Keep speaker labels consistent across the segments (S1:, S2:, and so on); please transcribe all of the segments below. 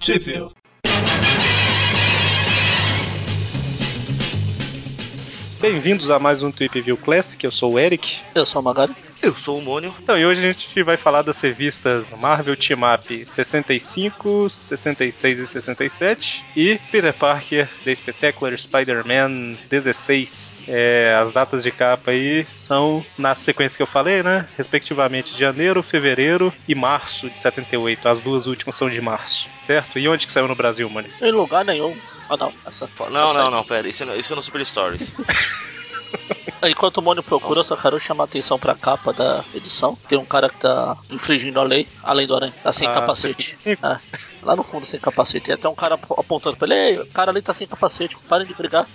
S1: Sheffield. Bem-vindos a mais um Trip View Classic, eu sou o Eric.
S2: Eu sou o Magari.
S3: Eu sou o Mônio.
S1: Então, e hoje a gente vai falar das revistas Marvel Team Up 65, 66 e 67 e Peter Parker The Spectacular Spider-Man 16. É, as datas de capa aí são na sequência que eu falei, né? Respectivamente de janeiro, fevereiro e março de 78. As duas últimas são de março, certo? E onde que saiu no Brasil, Mônio?
S2: Em lugar nenhum. Ah, não. Essa foto.
S3: Não,
S2: essa
S3: não, não, pera, isso, não- isso não é Super Stories.
S2: Enquanto o Mônio procura, eu só quero chamar a atenção pra capa da edição. Tem um cara que tá infringindo a lei, além do aranha. Tá sem
S1: Ah,
S2: capacete.
S1: 65.
S2: É, lá no fundo, sem capacete. Tem até um cara ap- apontando pra ele: Ei, o cara ali tá sem capacete, parem de brigar.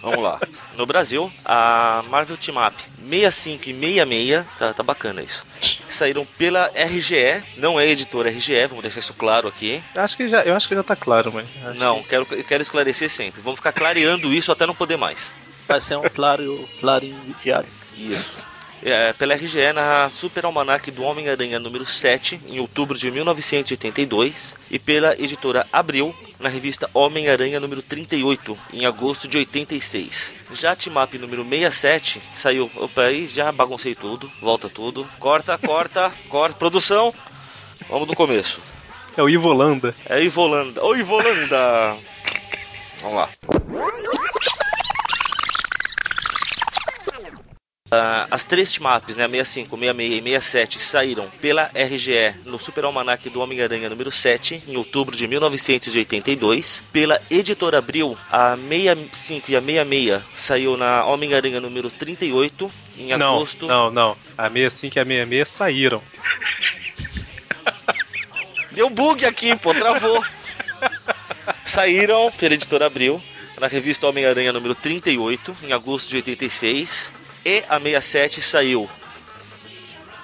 S3: Vamos lá. No Brasil, a Marvel Team Up 65 e 66, tá, tá bacana isso. Saíram pela RGE, não é editora RGE, vamos deixar isso claro aqui.
S1: Acho que já, eu acho que já tá claro, mãe. Acho
S3: Não,
S1: que-
S3: quero, quero esclarecer sempre. Vamos ficar clareando isso até não poder mais.
S2: Vai ser um claro, clarinho diário.
S3: Isso. É, pela RGE na Super Almanac do Homem-Aranha número 7, em outubro de 1982, e pela editora Abril na revista Homem-Aranha número 38, em agosto de 86. Já a Timap número 67 saiu. Opa, aí já baguncei tudo, volta tudo. Corta, corta, corta. Produção, vamos do começo.
S1: É o Ivo Holanda.
S3: É Ivolanda. Ô Ivolanda! Vamos lá. Ah, as três timaps, né, 65, 66 e 67, saíram pela RGE no Super Almanac do Homem-Aranha número 7, em outubro de 1982. Pela Editora Abril, a 65 e a 66 saiu na Homem-Aranha número 38, em
S1: não,
S3: agosto.
S1: não, não. A 65 e a 66 saíram.
S3: Deu um bug aqui, pô, travou. Saíram pela editora Abril, na revista Homem-Aranha número 38, em agosto de 86. E a 67 saiu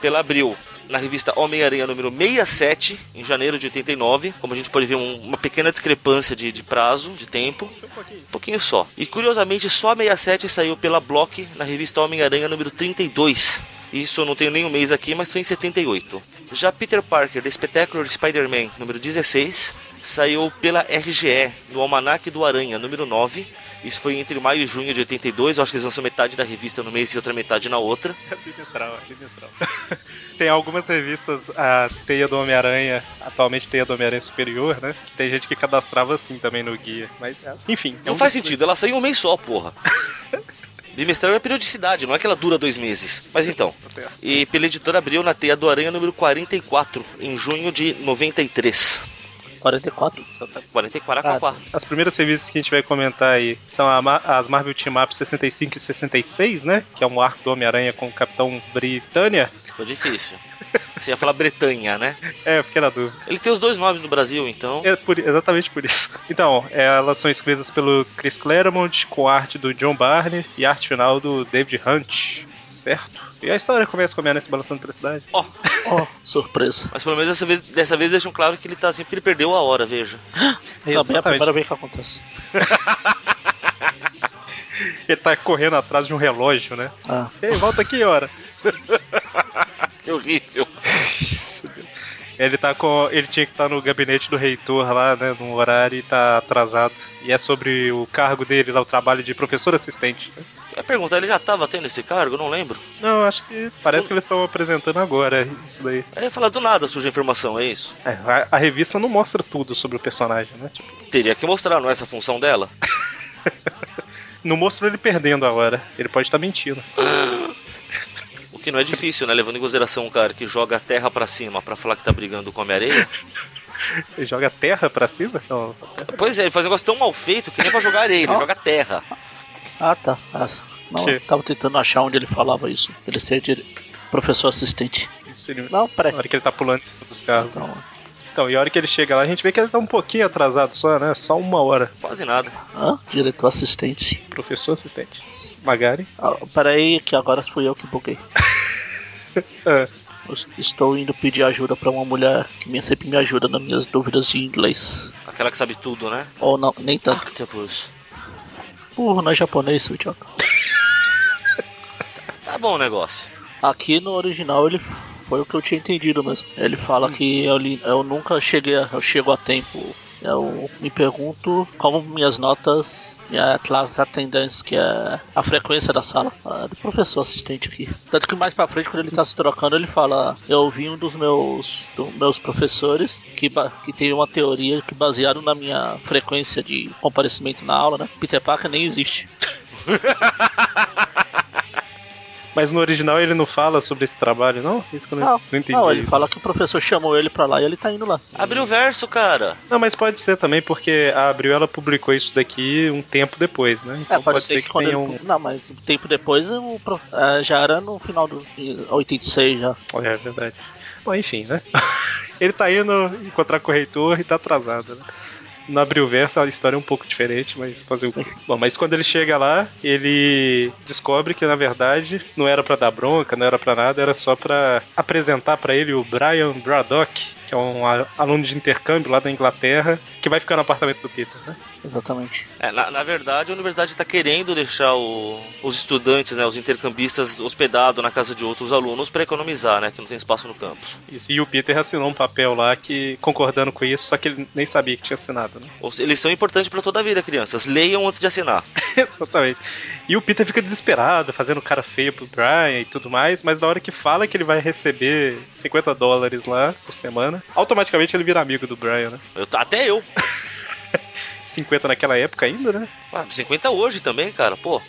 S3: pela Abril, na revista Homem-Aranha número 67, em janeiro de 89. Como a gente pode ver, um- uma pequena discrepância de, de prazo, de tempo. Um pouquinho só. E curiosamente, só a 67 saiu pela Block, na revista Homem-Aranha número 32. Isso eu não tenho nenhum mês aqui, mas foi em 78. Já Peter Parker, The Spectacular Spider-Man, número 16, saiu pela RGE, no Almanac do Aranha, número 9. Isso foi entre maio e junho de 82, eu acho que eles lançam metade da revista no mês e outra metade na outra.
S1: É bimestral, é bimestral. tem algumas revistas, a Teia do Homem-Aranha, atualmente Teia do Homem-Aranha Superior, né? Que tem gente que cadastrava assim também no guia. Mas, é, enfim. é
S3: Não
S1: um
S3: faz
S1: dos-
S3: sentido, ela saiu um mês só, porra. Bimestral é periodicidade, não é que ela dura dois meses. Mas então,
S1: Tá certo.
S3: e pela editora Abril na Teia do Aranha número 44, em junho de 93.
S2: 44.
S3: 44
S2: Ah,
S3: aquá.
S1: As primeiras revistas que a gente vai comentar aí são a Ma- as Marvel Team Up 65 e 66, né? Que é um arco do Homem-Aranha com o Capitão Britânia.
S3: Foi difícil. Você ia falar Bretanha, né?
S1: É, eu fiquei na dúvida.
S3: Ele tem os dois nomes no Brasil, então.
S1: É por- exatamente por isso. Então, elas são escritas pelo Chris Claremont, com arte do John Barney e arte final do David Hunt, certo? E a história começa com a Nancy balançando pela cidade.
S3: Ó,
S2: Oh, surpresa.
S3: mas pelo menos dessa vez, dessa vez deixam claro que ele tá assim porque ele perdeu a hora, veja.
S2: Também é a primeira vez que acontece.
S1: Ele tá correndo atrás de um relógio, né?
S2: Ah,
S1: Ei, volta aqui, hora.
S3: Que horrível.
S1: Ele tá com. Ele tinha que estar no gabinete do reitor lá, né? Num horário e tá atrasado. E é sobre o cargo dele lá, o trabalho de professor assistente. né?
S3: Eu ia perguntar, ele já tava tendo esse cargo? Eu Não lembro.
S1: Não, acho que. Parece que eles estão apresentando agora isso daí.
S3: Aí eu ia falar, É, do nada surge a informação, é isso?
S1: É, a, a revista não mostra tudo sobre o personagem, né? Tipo,
S3: Teria que mostrar, não é essa a função dela?
S1: não mostra ele perdendo agora. Ele pode estar mentindo.
S3: O que não é difícil, né? Levando em consideração um cara que joga a terra pra cima pra falar que tá brigando com a areia.
S1: Ele joga terra pra cima? Não.
S3: Pois é, ele faz um negócio tão mal feito que nem pra jogar areia, ele joga terra.
S2: ah tá. Ah, não,
S1: Que?
S2: eu tava tentando achar onde ele falava isso. Ele ser dire- professor assistente.
S1: Isso ele-
S2: Não,
S1: Na
S2: peraí.
S1: hora que ele tá pulando em cima dos carros.
S2: Então,
S1: Então, e a hora que ele chega lá, a gente vê que ele tá um pouquinho atrasado só, né? Só uma hora.
S3: Quase nada.
S2: hã? Ah, diretor assistente.
S1: Professor assistente. Magari.
S2: Ah, peraí, que agora fui eu que buguei.
S1: Ah,
S2: Eu s- estou indo pedir ajuda pra uma mulher que me- sempre me ajuda nas minhas dúvidas em inglês.
S3: Aquela que sabe tudo, né?
S2: Ou não, nem tanto.
S3: Octopus.
S2: Burro, não é japonês, seu idiota.
S3: Tá bom o negócio.
S2: Aqui no original ele Foi o que eu tinha entendido mesmo. Ele fala que eu, li- eu nunca cheguei, a- eu chego a tempo. Eu me pergunto como minhas notas e a classe attendance, que é a frequência da sala. Ah, do professor assistente aqui. Tanto que mais pra frente, quando ele tá se trocando, ele fala: Eu ouvi um dos meus, do- meus professores que, ba- que tem uma teoria que baseado na minha frequência de comparecimento na aula, né? Peter Parker nem existe.
S1: Mas no original ele não fala sobre esse trabalho, não? Isso que eu não,
S2: Não,
S1: não entendi.
S2: não, ele fala que o professor chamou ele pra lá e ele tá indo lá.
S3: Abriu o verso, cara.
S1: Não, mas pode ser também, porque a Abril ela publicou isso daqui um tempo depois, né?
S2: É,
S1: Então
S2: pode, ser, que, quando
S1: tenha
S2: ele...
S1: um.
S2: Não, mas um tempo depois o pro- é, já era no final do de 86 já.
S1: É, é verdade. Bom, enfim, né? ele tá indo encontrar com o reitor e tá atrasado, né? No Abril Verso a história é um pouco diferente, mas fazer o quê? Bom, mas quando ele chega lá, ele descobre que na verdade não era pra dar bronca, não era pra nada, era só pra apresentar pra ele o Brian Braddock, que é um a- aluno de intercâmbio lá da Inglaterra, que vai ficar no apartamento do Peter, né?
S2: Exatamente.
S3: É, na, na verdade, a universidade está querendo deixar o- os estudantes, né, os intercambistas, hospedados na casa de outros alunos para economizar, né, que não tem espaço no campus.
S1: Isso, e o Peter assinou um papel lá que concordando com isso, só que ele nem sabia que tinha assinado, né?
S3: Ou se- Eles são importantes para toda a vida, crianças. Leiam antes de assinar.
S1: Exatamente. E o Peter fica desesperado, fazendo cara feia pro Brian e tudo mais, mas na hora que fala que ele vai receber 50 dólares lá por semana, automaticamente ele vira amigo do Brian, né?
S3: Eu- até eu.
S1: 50 naquela época ainda, né?
S3: Ah, 50 hoje também, cara. Pô,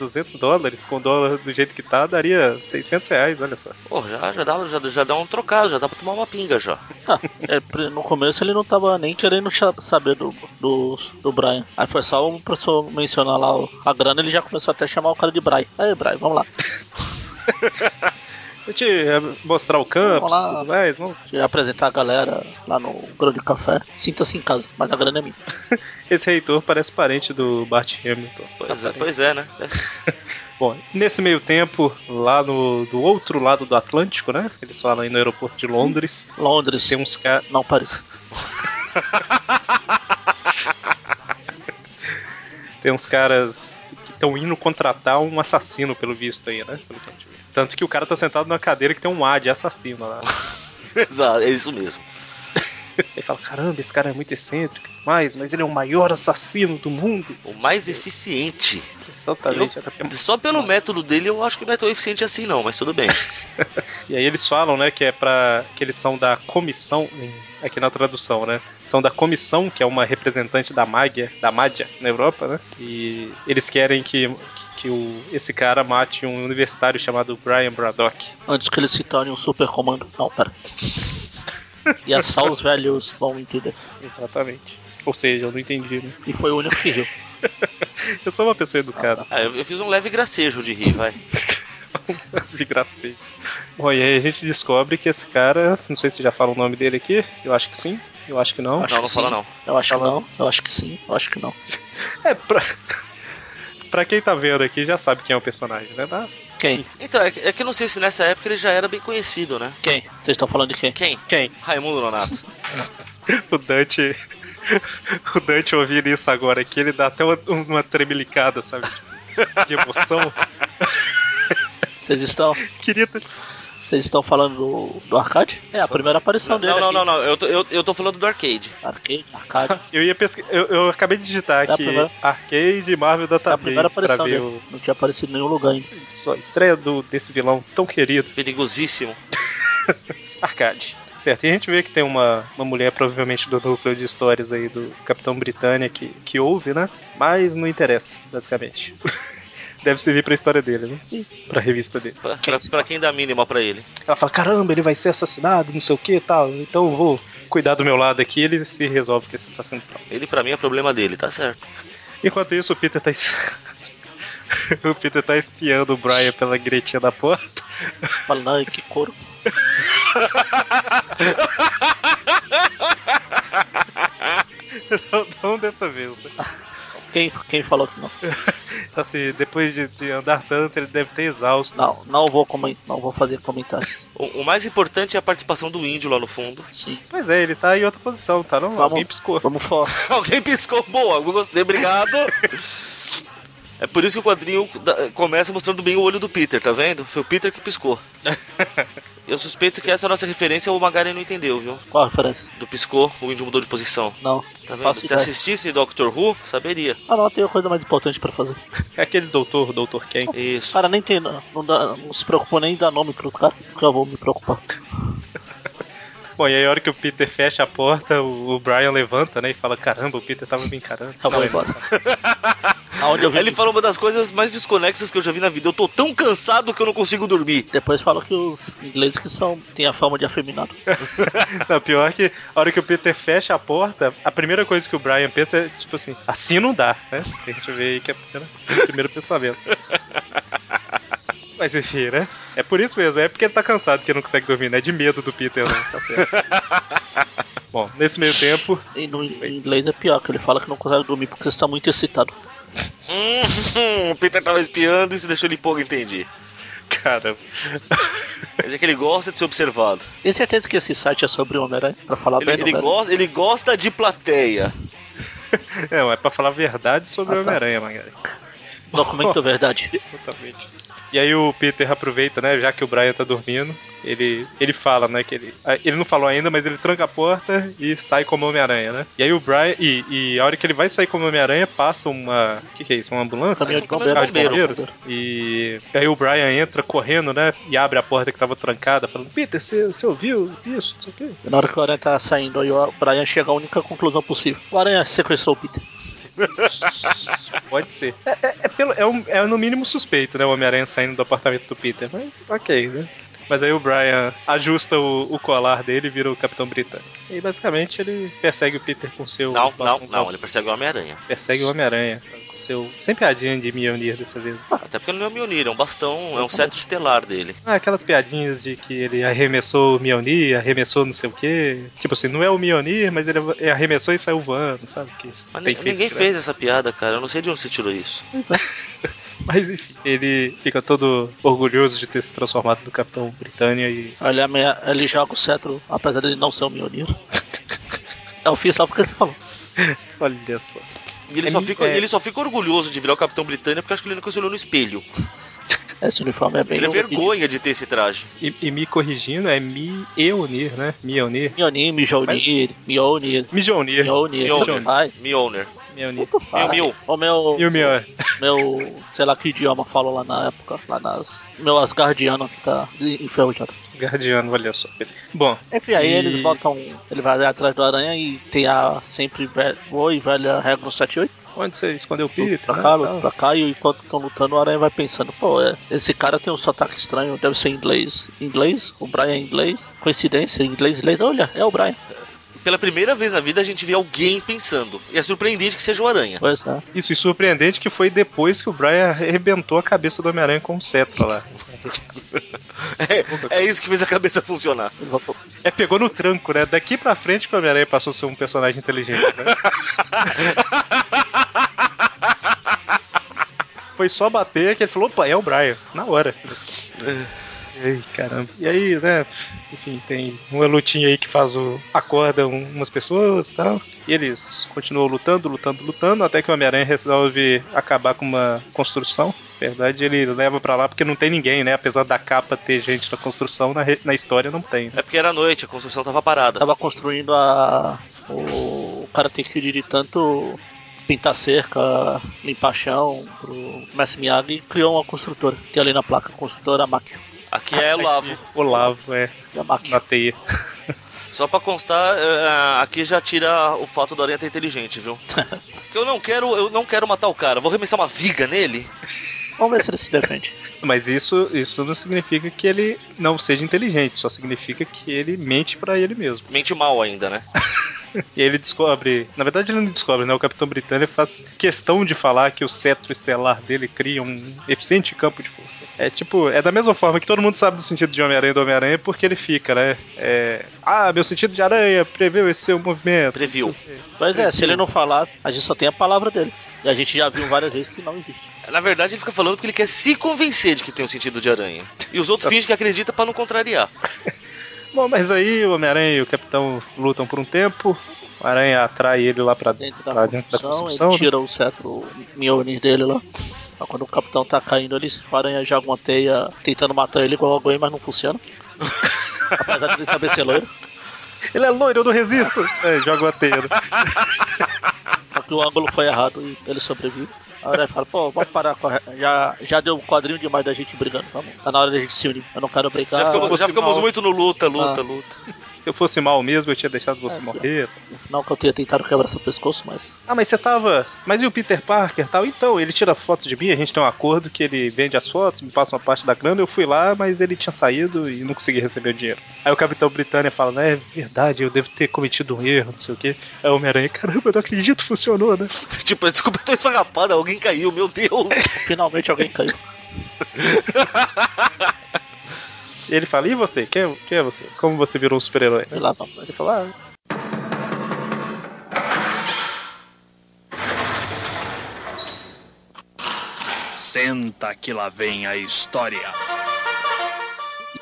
S1: 200 dólares, com o dólar do jeito que tá, daria 600 reais, olha só.
S3: pô, já, já, dá, já, já dá um trocado, já dá para tomar uma pinga já.
S2: Ah, é, pri- no começo ele não tava nem querendo cha- saber do, do, do Brian. Aí foi só o professor mencionar lá o- a grana, ele já começou até a chamar o cara de Brian. Aí, Brian, vamos lá.
S1: Deixa eu te eh, mostrar o campus
S2: Vamos
S1: e
S2: lá.
S1: tudo mais, vamos
S2: Deixa eu apresentar a galera lá no Grande Café. Sinta-se em casa, mas a grana é minha.
S1: Esse reitor parece parente do Bart Hamilton.
S3: Pois é,
S1: Aparente.
S3: pois é, né?
S1: Bom, nesse meio tempo, lá no, do outro lado do Atlântico, né? Eles falam aí no aeroporto de Londres,
S2: Londres,
S1: tem uns caras.
S2: não Paris.
S1: Tem uns caras que estão indo contratar um assassino, pelo visto aí, né? Pelo que a gente vê. Tanto que o cara tá sentado numa cadeira que tem um A de assassino lá.
S3: Exato, é isso mesmo.
S1: Ele fala, caramba, esse cara é muito excêntrico e tudo mais, mas ele é o maior assassino do mundo.
S3: O mais eficiente.
S1: Exatamente. era pra-
S3: Só pelo método dele, eu acho que não é tão eficiente assim, não, mas tudo bem.
S1: E aí eles falam, né, que é para que eles são da comissão, em- aqui na tradução, né? São da comissão, que é uma representante da Mágia, da Mádia na Europa, né? E eles querem que que o, esse cara mate um universitário chamado Brian Braddock.
S2: Antes que eles se tornem um super comando. Não, pera. E é só os velhos vão entender.
S1: Exatamente. Ou seja, eu não entendi, né?
S2: E foi o único que riu.
S1: Eu sou uma pessoa educada,
S3: Ah, eu, eu fiz um leve gracejo de rir, vai.
S1: de gracinha. Bom, e aí a gente descobre que esse cara, não sei se já fala o nome dele aqui, eu acho que sim, eu acho que não.
S2: Acho
S3: Ah, não,
S2: que
S3: não
S2: sim.
S3: fala não.
S2: Eu acho que
S1: Tá bom.
S2: não, eu acho que sim, eu acho que não.
S1: É, pra... pra quem tá vendo aqui já sabe quem é o personagem, né? Mas...
S2: Quem?
S3: Então, é que, é que eu não sei se nessa época ele já era bem conhecido, né?
S2: Quem? Vocês estão falando de quem?
S3: Quem?
S1: Quem?
S3: Raimundo Nonato.
S1: O Dante. O Dante ouvindo isso agora aqui, ele dá até uma, uma tremelicada, sabe? Tipo, De emoção.
S2: Vocês estão,
S1: Queria. ter-
S2: vocês estão falando do, do arcade? É a primeira aparição dele.
S3: Não, não,
S2: aqui.
S3: não, não. Eu tô, eu, eu tô falando do arcade.
S2: Arcade, arcade.
S1: Eu ia pesquisar. Eu, eu acabei de digitar
S2: É a
S1: aqui
S2: primeira-
S1: Arcade e Marvel
S2: É a primeira
S1: Database pra
S2: aparição
S1: ver
S2: dele.
S1: o,
S2: Não tinha aparecido em nenhum lugar ainda.
S1: sua estreia do, desse vilão tão querido.
S3: Perigosíssimo.
S1: Arcade. Certo, e a gente vê que tem uma, uma mulher, provavelmente do núcleo de histórias aí do Capitão Britânia, que, que ouve, né? Mas não interessa, basicamente. Deve servir pra história dele, né? E pra revista dele.
S3: Pra,
S2: Quem
S3: pra-
S2: se
S3: pra quem dá mínima pra ele.
S1: Ela fala, caramba, ele vai ser assassinado, não sei o que tal, então eu vou cuidar do meu lado aqui, ele se resolve com esse assassino tal.
S3: Ele, pra mim, é problema dele, tá certo.
S1: Enquanto isso, o Peter tá. es- o Peter tá espiando o Brian pela gretinha da porta.
S2: Falando, ai, que couro.
S1: Não, não dessa vez. né?
S2: Quem, quem falou que não?
S1: Assim, depois de, de andar tanto, ele deve ter exausto.
S2: Não, não vou comentar, não vou fazer comentários.
S3: O, o mais importante é a participação do índio lá no fundo.
S2: Sim.
S1: Pois é, ele tá em outra posição, tá? Não,
S2: Vamos.
S1: alguém piscou.
S2: Vamos fora.
S3: Alguém piscou. Boa, eu gostei, obrigado. É por isso que o quadrinho da- começa mostrando bem o olho do Peter, tá vendo? Foi o Peter que piscou. Eu suspeito que essa é nossa referência o Magari não entendeu, viu?
S2: Qual a referência?
S3: Do piscou, o índio mudou de posição.
S2: Não,
S3: Tá
S2: não
S3: vendo?
S2: faço
S3: Se
S2: ideia.
S3: assistisse Doctor Who, saberia.
S2: Ah, não, tem coisa mais importante pra fazer.
S1: É aquele doutor, doutor Ken.
S2: O
S3: Isso.
S2: cara nem tem. Não, dá- não se preocupou nem em dar nome pro outro cara, porque eu vou me preocupar.
S3: Tá
S1: Bom, e aí a hora que o Peter fecha a porta, o o Brian levanta, né? E fala, caramba, o Peter tava me encarando.
S2: Eu vou Tá embora. Aonde eu
S3: Aí
S2: vi.
S3: ele fala uma das coisas mais desconexas que eu já vi na vida. Eu tô tão cansado que eu não consigo dormir.
S2: Depois fala que os ingleses que são têm a fama de afeminado.
S1: Não, pior que a hora que o Peter fecha a porta, a primeira coisa que o Brian pensa é, tipo assim, assim não dá, né? Tem que ver aí que é o primeiro pensamento. Mas enfim, né? É por isso mesmo, é porque ele tá cansado que ele não consegue dormir, né? De medo do Peter, não, tá certo. Bom, nesse meio tempo,
S2: E no in- em inglês é pior, que ele fala que não consegue dormir porque está muito excitado.
S3: Hum, o Peter tava espiando e se deixou ele empolgo, entendi.
S1: cara,
S3: Quer dizer é que ele gosta de ser observado.
S2: Tem certeza que esse site é sobre o Homem-Aranha? Pra falar
S3: Ele,
S2: bem do
S3: ele,
S2: Homem-Aranha?
S3: gosta, ele gosta de plateia.
S1: não, é pra falar a verdade sobre
S2: Ah,
S1: o
S2: tá.
S1: Homem-Aranha, Magali.
S2: Um Documento é verdade.
S1: Exatamente. E aí o Peter aproveita, né? Já que o Brian tá dormindo, ele, ele fala, né? Que ele, ah, ele não falou ainda, mas ele tranca a porta e sai como Homem-Aranha, né? E aí o Brian. E, e a hora que ele vai sair como Homem-Aranha, passa uma. O que, que é isso? Uma ambulância?
S2: Caminhão de
S3: Caminhão de
S2: bombeiro.
S3: bombeiro.
S1: Bombeiros. E aí o Brian entra correndo, né? E abre a porta que tava trancada, falando: Peter, você, você ouviu isso? Não sei o quê.
S2: Na hora que o Aranha tá saindo, aí o Brian chega à única conclusão possível. O Aranha sequestrou o Peter.
S1: Pode ser. É, é- é pelo, é, um- é no mínimo suspeito, né? O Homem-Aranha saindo do apartamento do Peter. Mas ok, né? Mas aí o Brian ajusta o, o colar dele e vira o Capitão Britânico. E basicamente ele persegue o Peter com seu.
S3: Não, não,
S1: bastão-
S3: não. Ele persegue o Homem-Aranha.
S1: Persegue o Homem-Aranha. Com seu. Sem piadinha de Mjolnir dessa vez.
S3: Até porque ele não é o Mionir, é um bastão, é um cetro estelar dele.
S1: Ah, aquelas piadinhas de que ele arremessou o Mjolnir, arremessou não sei o quê. Tipo assim, não é o Mjolnir, mas ele é, arremessou e saiu voando, sabe? Que
S3: Mas
S1: tem
S3: ni-
S1: feito
S3: ninguém
S1: direto.
S3: fez essa piada, cara. Eu não sei de onde você tirou isso.
S1: Mas enfim, ele fica todo orgulhoso de ter se transformado no Capitão Britânia e.
S2: Aí Ele, amea- ele joga o cetro, apesar dele não ser o Mionir. Eu fiz só porque você falou.
S1: Olha só.
S3: E ele,
S1: É
S3: só
S1: mi-
S3: fica,
S1: é.
S3: ele só fica orgulhoso de virar o Capitão Britânia porque acho que ele nunca se olhou no espelho.
S2: Esse uniforme é bem.
S3: Ele é
S2: ridículo.
S3: vergonha de ter esse traje.
S1: E, e me corrigindo, é Mi Eunir, né? Mionir.
S2: Mionir, Mijonir, Mionir,
S1: Mijonir.
S2: Mionir, tanto
S1: Mjolnir.
S2: faz.
S3: Mjolnir.
S1: Mionir.
S2: Tanto faz.
S3: Mil, mil.
S2: O meu,
S1: E o Mion.
S2: meu, sei lá que idioma falou lá na época, lá nas, meu Asgardiano que tá enferrujado.
S1: Guardiano, olha só. Bom,
S2: Enfim, aí
S1: E-
S2: eles botam, ele vai atrás do aranha e tem a sempre ve- boa e velha regra no 78,
S1: onde você escondeu o
S2: um
S1: Peter?
S2: pra
S1: né,
S2: cá,
S1: e
S2: outro
S1: tal?
S2: pra cá, e enquanto estão lutando o aranha vai pensando, pô, é, esse cara tem um sotaque estranho, deve ser inglês, inglês, o Brian é inglês, coincidência, inglês, inglês, olha, é o Brian,
S3: Pela primeira vez na vida a gente vê alguém pensando. E é surpreendente que seja o Aranha.
S2: pois é.
S1: Isso, e surpreendente que foi depois que o Brian arrebentou a cabeça do Homem-Aranha com um cetro lá.
S3: É, é isso que fez a cabeça funcionar.
S2: Ele voltou.
S1: É, pegou no tranco, né? Daqui pra frente que o Homem-Aranha passou a ser um personagem inteligente, né? Foi só bater que ele falou, opa, é o Brian, na hora. E aí, É. caramba. E aí, né? Enfim, tem uma lutinha aí que faz o. acorda um- umas pessoas e tal. E eles continuam lutando, lutando, lutando, até que o Homem-Aranha resolve acabar com uma construção. Na verdade, ele leva pra lá porque não tem ninguém, né? Apesar da capa ter gente na construção, na, re- na história não tem, né?
S3: É porque era noite, a construção tava parada.
S2: tava construindo a. O, o cara tem que ir de tanto pintar cerca, limpar chão pro Messi Miyagi e criou uma construtora. Tem ali na placa, construtora Makio.
S3: Aqui é o Lavo.
S1: O Lavo, é,
S2: E a Makio.
S1: na teia.
S3: Só pra constar, é, aqui já tira o fato do Aranha ter inteligente, viu? Porque eu não quero, eu não quero matar o cara. Vou arremessar uma viga nele.
S2: Vamos ver se ele se defende.
S1: Mas isso, isso não significa que ele não seja inteligente, só significa que ele mente pra ele mesmo.
S3: Mente mal ainda, né?
S1: E aí ele descobre, na verdade ele não descobre, né? O Capitão Britânia faz questão de falar que o cetro estelar dele cria um eficiente campo de força. É tipo, é da mesma forma que todo mundo sabe do sentido de Homem-Aranha e do Homem-Aranha porque ele fica, né? É, ah, meu sentido de aranha preveu esse seu movimento.
S3: Previu.
S2: Mas é, se ele não falasse, a gente só tem a palavra dele. E a gente já viu várias vezes que não existe.
S3: Na verdade, ele fica falando porque ele quer se convencer de que tem um sentido de aranha. E os
S1: Tá.
S3: outros fingem que acredita pra não contrariar.
S1: Bom, mas aí o Homem-Aranha e o Capitão lutam por um tempo. O Aranha atrai ele lá pra
S2: Dentro
S1: pra
S2: da
S1: Tá dentro da construção,
S2: construção,
S1: né?
S2: ele tira o cetro o Mjolnir dele lá. Mas Quando o capitão tá caindo, eles aranha joga uma teia tentando matar ele igual alguém, mas não funciona. Apesar de ele também ser loiro.
S1: Ele é loiro, eu não resisto. É, joga o ateiro.
S2: Só que o ângulo foi errado e ele sobrevive. A hora fala, pô, vamos parar com a... já, já deu um quadrinho demais da gente brigando, vamos. Tá na hora da gente se unir. Eu não quero brigar.
S3: Já ficamos, já
S1: fosse
S3: ficamos
S1: mal.
S3: muito no luta, luta,
S2: Ah.
S3: luta.
S1: Se eu fosse mal mesmo, eu tinha deixado você
S2: É,
S1: morrer.
S2: Não que eu tenha tentado quebrar seu pescoço, mas.
S1: Ah, mas você tava. Mas e o Peter Parker tal? Então, ele tira foto de mim, a gente tem um acordo que ele vende as fotos, me passa uma parte da grana. Eu fui lá, mas ele tinha saído e não consegui receber o dinheiro. Aí o Capitão Britânia fala, né? É verdade, eu devo ter cometido um erro, não sei o quê. Aí o Homem-Aranha, caramba, eu não acredito, funcionou, né?
S3: Tipo, desculpa, eu tô esfarrapado, alguém caiu, meu Deus.
S2: Finalmente alguém caiu.
S1: E ele fala, e você? Quem é, quem é você? Como você virou um super-herói?
S2: Sei lá, não, mas
S1: Ele fala, ah,
S4: Senta que lá vem a história.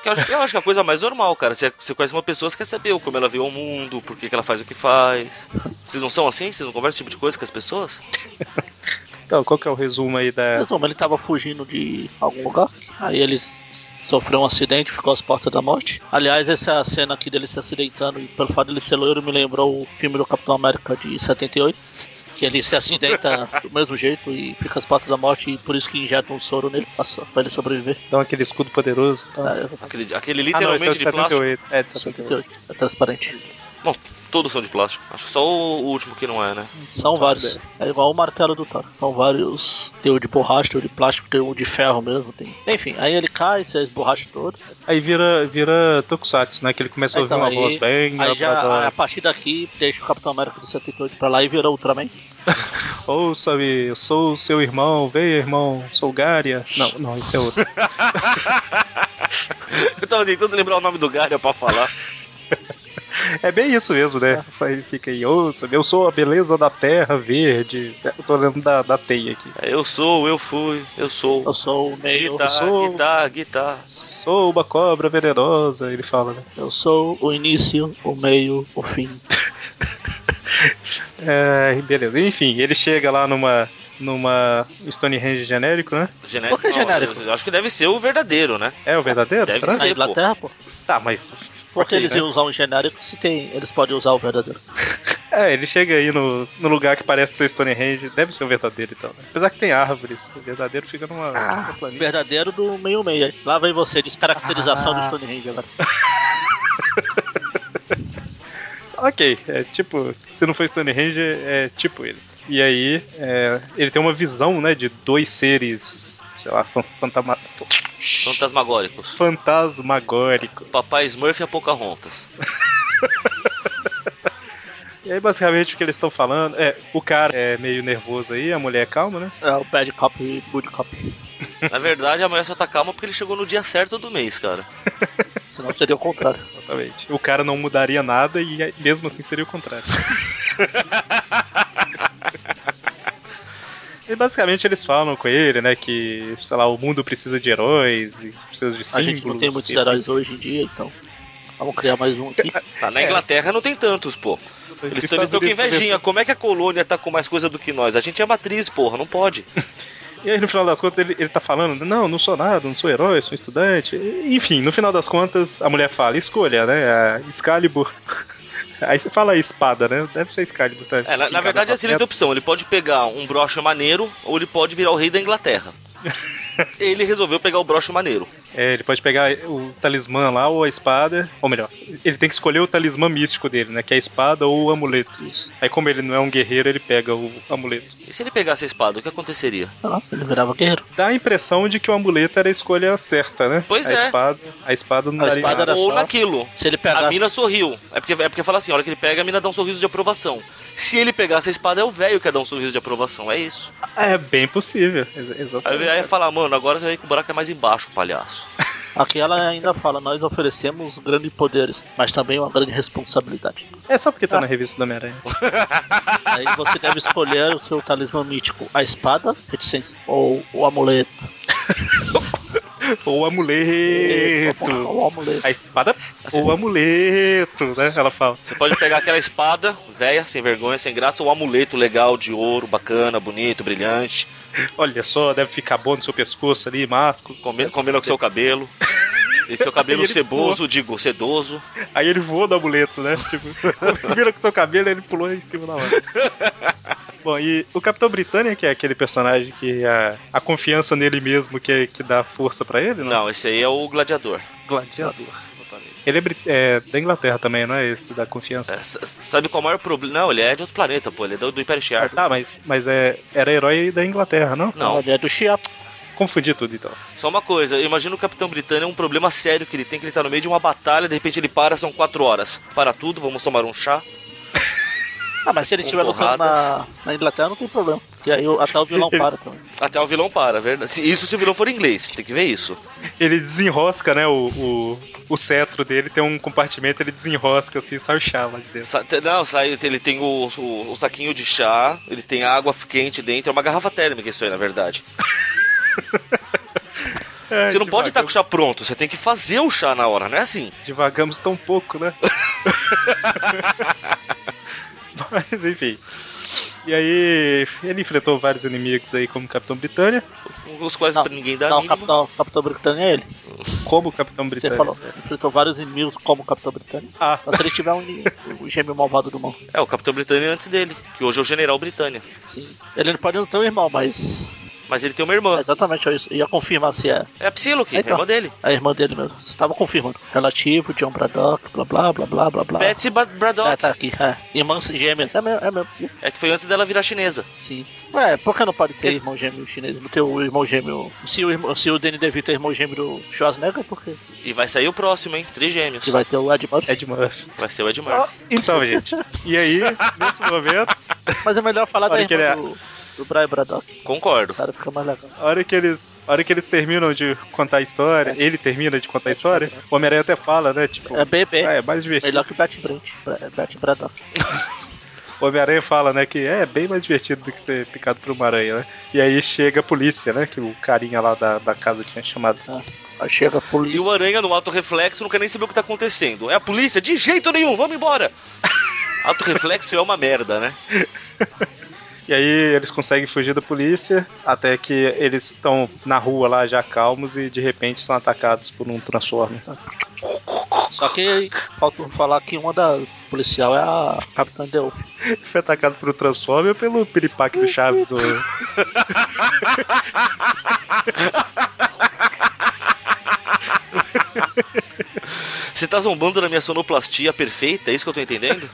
S3: Eu acho, eu acho que é a coisa mais normal, cara. Você, você conhece uma pessoa, você quer saber como ela viu o mundo, por que, que ela faz o que faz. Vocês não são assim? Vocês não conversam esse tipo de coisa com as pessoas?
S1: então, qual que é o resumo aí da.
S2: Resumo, ele tava fugindo de algum lugar, aí ele s- sofreu um acidente, ficou às portas da morte. Aliás, essa é cena aqui dele se acidentando, e pelo fato dele ser loiro, me lembrou o filme do Capitão América de 78, que ele se acidenta do mesmo jeito e fica às portas da morte, e por isso que injetam um soro nele pra, so- pra ele sobreviver.
S1: Dão aquele escudo poderoso? Tá?
S2: Tá, exatamente.
S3: Aquele, aquele
S1: Ah, não,
S3: literalmente
S1: esse é o de
S3: de plástico.
S1: 78. É, de 78.
S2: 78, é transparente.
S3: Bom, todos são de plástico. Acho que só o, o último que não é, né?
S2: São
S1: faço
S2: vários. É igual o martelo do Thor. São vários. Tem o de borracha, tem o de plástico, tem o de ferro mesmo. Tem... Enfim, aí ele cai, se esborracha todo.
S1: Aí vira, vira Tokusatsu, né? Que ele começa a ouvir
S2: Então,
S1: uma
S2: aí-
S1: voz bem.
S2: Aí já, a
S1: apadona.
S2: partir daqui, deixa o Capitão América do 78 pra lá e virou Ultraman.
S1: Ouça-me, eu sou o seu irmão, venha irmão, sou Gária. Não, não, isso é outro.
S3: Eu tava tentando Então, assim, lembrar o nome do Gary pra falar.
S1: é bem isso mesmo, né? Aí Fica aí, ouça-me, eu sou a beleza da terra verde. É, Eu tô lendo da, da teia aqui.
S3: É, eu sou, eu fui, eu sou.
S2: Eu sou o meio.
S3: Guitar,
S1: sou.
S3: guitar, guitar.
S1: Sou uma cobra venenosa, ele fala, né?
S2: Eu sou o início, o meio, o fim.
S1: É, beleza. Enfim, ele chega lá numa. numa Stonehenge genérico, né?
S3: Genérico.
S2: Por que
S3: não,
S2: genérico?
S3: eu acho que deve ser o verdadeiro, né?
S1: É o verdadeiro?
S3: Deve
S1: será?
S3: ser.
S2: Na
S3: pô.
S2: Inglaterra, pô.
S1: Tá, mas.
S2: Porque
S1: ok,
S2: eles
S1: né?
S2: iam usar um genérico se tem. Eles podem usar o verdadeiro.
S1: É, ele chega aí no, no lugar que parece ser Stonehenge, deve ser o verdadeiro então. Né? Apesar que tem árvores, o verdadeiro fica numa, numa
S2: O
S1: planície.
S2: verdadeiro do meio meio. aí. Lá vem você, descaracterização
S1: Ah.
S2: do Stonehenge agora.
S1: Ok, é tipo, se não for Stonehenge, é tipo ele. E aí, é, ele tem uma visão, né, de dois seres, sei lá, fan- fantama-
S3: Fantasmagóricos.
S1: fantasmagórico.
S3: Papai Smurf e a Pocahontas.
S1: E aí, basicamente, o que eles estão falando é: o cara é meio nervoso aí, a mulher é calma, né?
S2: É o bad cop e good cop.
S3: Na verdade, a mulher só tá calma porque ele chegou no dia certo do mês, cara.
S2: Senão seria o contrário.
S1: Exatamente. O cara não mudaria nada e aí, mesmo assim seria o contrário. E basicamente eles falam com ele, né, que, sei lá, o mundo precisa de heróis, e precisa de símbolos.
S2: A gente não tem muitos
S1: e-
S2: heróis hoje em dia, então. Vamos criar mais um aqui.
S3: Tá, na Inglaterra não tem tantos, pô. Eles estão eles tão com
S1: Estados Unidos-
S3: invejinha. Como é que a colônia tá com mais coisa do que nós? A gente é matriz, porra, não pode.
S1: E aí, no final das contas, ele, ele tá falando: Não, não sou nada, não sou herói, sou um estudante. E- Enfim, no final das contas, a mulher fala: Escolha, né? A Excalibur. Aí você fala a espada, né? Deve ser Excalibur, tá?
S3: É, na, na
S1: fincada
S3: verdade,
S1: pra
S3: assim, ele tem
S1: terra.
S3: opção. Ele pode pegar um broche maneiro ou ele pode virar o rei da Inglaterra. Ele resolveu pegar o broche maneiro.
S1: É, ele pode pegar o talismã lá ou a espada. Ou melhor, ele tem que escolher o talismã místico dele, né? Que é a espada ou o amuleto.
S2: Isso.
S1: Aí, como ele não é um guerreiro, ele pega o amuleto.
S3: E se ele pegasse a espada, o que aconteceria?
S2: Sei lá, ele virava guerreiro.
S1: Dá a impressão de que o amuleto era a escolha certa, né?
S3: Pois
S1: a
S3: é.
S1: Espada, a espada não
S2: A
S1: daria
S2: espada
S1: nada.
S2: era
S3: Ou
S2: só-
S3: naquilo.
S2: Se ele
S3: A
S2: pegasse.
S3: mina sorriu. É porque, é porque fala assim: a hora que ele pega, a mina dá um sorriso de aprovação. Se ele pegasse a espada, é o velho que dá um sorriso de aprovação. É isso.
S1: É bem possível. ex-
S3: Aí
S1: Exatamente.
S3: ele fala: mano, agora você vê que o buraco é mais embaixo, palhaço.
S2: Aqui ela ainda fala: nós oferecemos grandes poderes, mas também uma grande responsabilidade.
S1: É só porque tá na revista do Homem-Aranha.
S2: Aí você deve escolher o seu talismã mítico: a espada, reticência, ou o amuleto.
S1: Ou o amuleto.
S2: O amuleto.
S1: A espada
S3: Assim,
S1: ou o amuleto, né? Ela fala.
S3: Você pode pegar aquela espada, velha, sem vergonha, sem graça, ou um amuleto legal de ouro, bacana, bonito, brilhante,
S1: Olha só, deve ficar bom no seu pescoço ali, masco.
S3: combina, combina com seu cabelo. E seu
S1: Aí
S3: cabelo
S1: ele
S3: ceboso, digo, sedoso.
S1: Aí ele voou do amuleto, né? Tipo, vira com seu cabelo e ele pulou em cima da hora. Bom, e o Capitão Britânia, que é aquele personagem que a, a confiança nele mesmo que, que dá força pra ele, né?
S3: Não, esse aí é o gladiador.
S1: Gladiador. Ele é, bri- é da Inglaterra também, não é esse da confiança?
S3: É, s- s- sabe qual é o maior problema? Não, ele é de outro planeta, pô, ele é do, do Império
S1: Ah,
S3: Shiar.
S1: tá, mas, mas é, era herói da Inglaterra, não?
S3: Não,
S2: Ele é do Chiapas.
S1: Confundi tudo então.
S3: Só uma coisa, eu imagino o Capitão Britânia um problema sério que ele tem, que ele tá no meio de uma batalha, de repente ele para, são quatro horas. Para tudo, vamos tomar um chá.
S2: Ah, mas se ele
S3: Com
S2: estiver lutando na,
S3: porradas.
S2: na Inglaterra, não tem problema. Porque aí o- até o vilão para também.
S3: Até o vilão para, verdade? Se- Isso se o vilão for inglês, tem que ver isso.
S1: Ele desenrosca, né? O, o, o cetro dele tem um compartimento, ele desenrosca assim, sai o chá lá de dentro.
S3: Sa- te- Não, sai, ele tem o, o- o saquinho de chá, ele tem água quente dentro, é uma garrafa térmica isso aí, na verdade.
S1: É,
S3: Você não pode tá estar com o
S1: divagamos-
S3: chá pronto, você tem que fazer o chá na hora, não é assim?
S1: Divagamos tão pouco, né? Mas enfim. E aí, ele enfrentou vários inimigos aí, como Capitão Britânia,
S3: Os quais
S2: Não,
S3: pra ninguém dá
S2: não, o
S3: mínima.
S2: Capitão, Capitão Britânia é ele.
S1: como Capitão
S2: Você
S1: Britânia.
S2: falou,
S3: é.
S2: enfrentou vários inimigos como o Capitão Britânia.
S1: Ah,
S2: Mas se ele tiver um, inimigo, um gêmeo malvado do mal.
S3: É, o Capitão Britânia é antes dele, que hoje é o General Britânia.
S2: Sim. Ele não pode não ter um irmão, mas.
S3: Mas ele tem uma irmã.
S2: é Exatamente isso. Ia confirmar se é
S3: É a Psylocke,
S2: Aí
S3: a irmã
S2: tá.
S3: dele.
S2: a irmã dele mesmo. Você tava confirmando. Relativo, John Braddock, blá blá blá blá blá blá.
S3: Betsy Bra- Braddock.
S2: É, tá aqui, é. Irmãs gêmeas, é mesmo, é mesmo.
S3: É que foi antes dela virar chinesa.
S2: Sim. Ué, por que não pode ter irmão gêmeo chinês? Não ter o irmão gêmeo. Se o, irmão, se o Danny DeVito é irmão gêmeo do Schwarzenegger, por quê?
S3: E vai sair o próximo, hein? Trigêmeos.
S2: Que vai ter o Ed Murphy.
S1: Ed Murphy.
S3: Vai ser o Ed Murphy.
S1: Então, gente. E aí, nesse momento,
S2: Mas é melhor falar da
S1: Olha que
S2: irmã
S1: ele
S2: do, do é. Brian Braddock.
S3: Concordo.
S2: O cara fica mais legal.
S1: A hora que eles, a hora que eles terminam de contar a história, ele termina de contar a história, o Homem-Aranha até fala, né? Tipo,
S2: É bebê.
S1: "Ah, é mais divertido.
S2: Melhor que o Bat Brant. Bra- Bat Braddock.
S1: O Homem-Aranha fala, né, que é bem mais divertido do que ser picado por uma aranha, né? E aí chega a polícia, né? Que o carinha lá da, da casa tinha chamado.
S2: Aí chega a
S3: E
S2: polícia.
S3: o Aranha no autorreflexo não quer nem saber o que tá acontecendo. É a polícia? De jeito nenhum, vamos embora! autorreflexo é uma merda, né?
S1: E aí eles conseguem fugir da polícia, até que eles estão na rua lá já calmos e de repente são atacados por um Transformer.
S2: Só que falta um falar que uma das policial é a Capitã Delphi.
S1: Foi atacado por um Transformer ou pelo piripaque do Chaves? ou...
S3: Você tá zombando da minha sonoplastia perfeita, é isso que eu tô entendendo?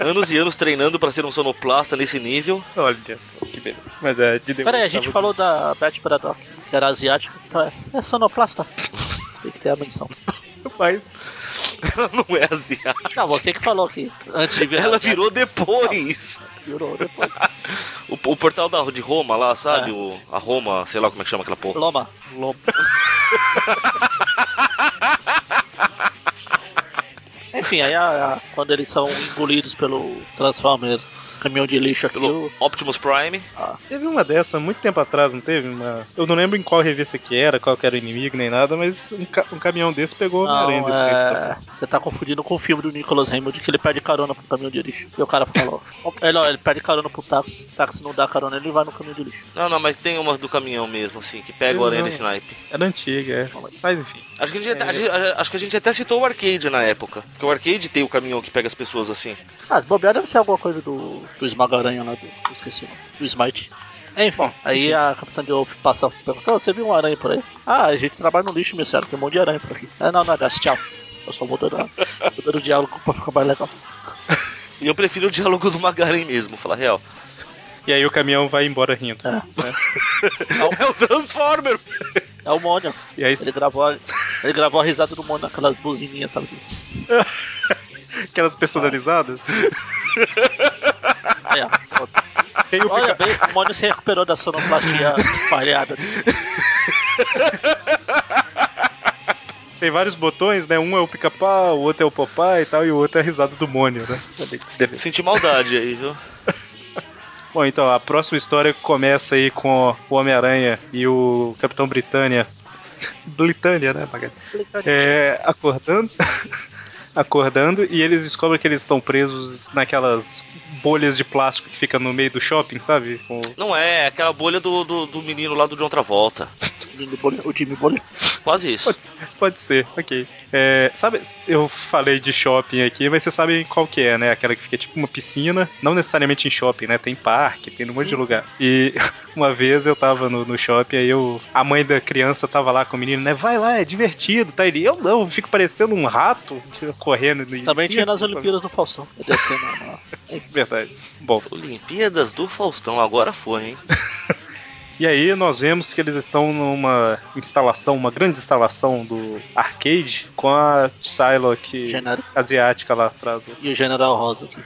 S3: anos e anos treinando pra ser um sonoplasta nesse nível.
S1: Olha só, que beleza. Mas é de demônio.
S2: Peraí, a gente
S1: tava-
S2: falou da Bat Braddock, que era asiática, então é, é sonoplasta. Tem que ter a menção.
S1: Mas
S3: Ela não é asiática.
S2: Não, você que falou aqui. Antes de virar.
S3: Ela virou depois.
S2: Virou depois.
S3: O, o portal da, de Roma lá, sabe?
S2: É.
S3: O, a Roma, sei lá como é que chama aquela porra.
S2: Loma.
S1: Lobo.
S2: Enfim, aí a- a- quando eles são engolidos pelo Transformer, caminhão de lixo aqui,
S3: Pelo
S2: o-
S3: Optimus Prime.
S1: Teve uma dessa muito tempo atrás, não teve? Uma... Eu não lembro em qual revista que era, qual que era o inimigo, nem nada, mas um, ca- um caminhão desse pegou o Homem-Aranha
S2: Não,
S1: desse jeito.
S2: é... Você tá confundindo com o filme do Nicholas Hammond que ele pede carona pro caminhão de lixo. E o cara falou: ele, ó, ele pede carona pro táxi. O táxi não dá carona, ele vai no caminhão de lixo.
S3: Não, não, mas tem uma do caminhão mesmo, assim, que pega o
S1: Eu
S3: aranha
S1: não.
S3: desse naipe.
S1: Era antiga, é. Mas enfim.
S3: Acho que, a gente até,
S1: É.
S3: a gente- a- acho que a gente até citou o arcade na época. Porque o arcade tem o caminhão que pega as pessoas assim.
S2: Ah, se bobear deve ser alguma coisa do, do Esmagaranha lá do. eu Esqueci o nome. Do Smite. Enfim,
S1: Bom,
S2: aí
S1: enfim.
S2: a Capitã de Wolf passa perguntando, você viu um aranha por aí? Ah, a gente trabalha no lixo, meu senhor, tem um monte de aranha por aqui. Ah, não, não, Gassi, tchau. Eu só mudando, a- mudando o diálogo pra ficar mais legal.
S3: E eu prefiro o diálogo do Magaren mesmo, falar a real.
S1: E aí o caminhão vai embora rindo.
S2: É,
S3: É o Transformer!
S2: é o Mônio.
S1: E aí
S2: Ele gravou, a- ele gravou a risada do Mônio naquelas buzininhas, sabe?
S1: aquelas personalizadas.
S2: Aí, ó, pronto.
S1: Tem o
S2: Olha
S1: pica...
S2: bem, o Mônio se recuperou da sonoplastia falhada.
S1: Tem vários botões, né? Um é o pica-pau, o outro é o Popeye e tal, e o outro é a risada do Mônio, né?
S3: Senti maldade aí, viu?
S1: Bom, então, a próxima história começa aí com o Homem-Aranha e o Capitão Britânia Britânia, né, Magali? É, acordando. acordando e eles descobrem que eles estão presos naquelas bolhas de plástico que fica no meio do shopping, sabe? Com-
S3: Não é, é aquela bolha do, do, do menino lá do John Travolta.
S2: Jimmy Bolin- O Jimmy Bolin.
S3: Quase isso.
S1: Pode, pode ser, ok. É, sabe, eu falei de shopping aqui, mas vocês sabem qual que é, né? Aquela que fica tipo uma piscina, não necessariamente em shopping, né? Tem parque, tem um monte de lugar. E uma vez eu tava no, no shopping, aí eu, a mãe da criança tava lá com o menino, né? Vai lá, é divertido, tá? Ele, eu não, eu fico parecendo um rato correndo. no-
S2: Também
S1: em
S2: tinha
S1: círculo,
S2: nas
S1: sabe?
S2: Olimpíadas do Faustão. Descendo na-
S1: Verdade. Bom,
S3: Olimpíadas do Faustão, agora foi, hein?
S1: E aí nós vemos que eles estão numa instalação, uma grande instalação do arcade com a Psylocke
S2: Genaro-
S1: asiática lá atrás, né? o
S2: E o General Rosa aqui.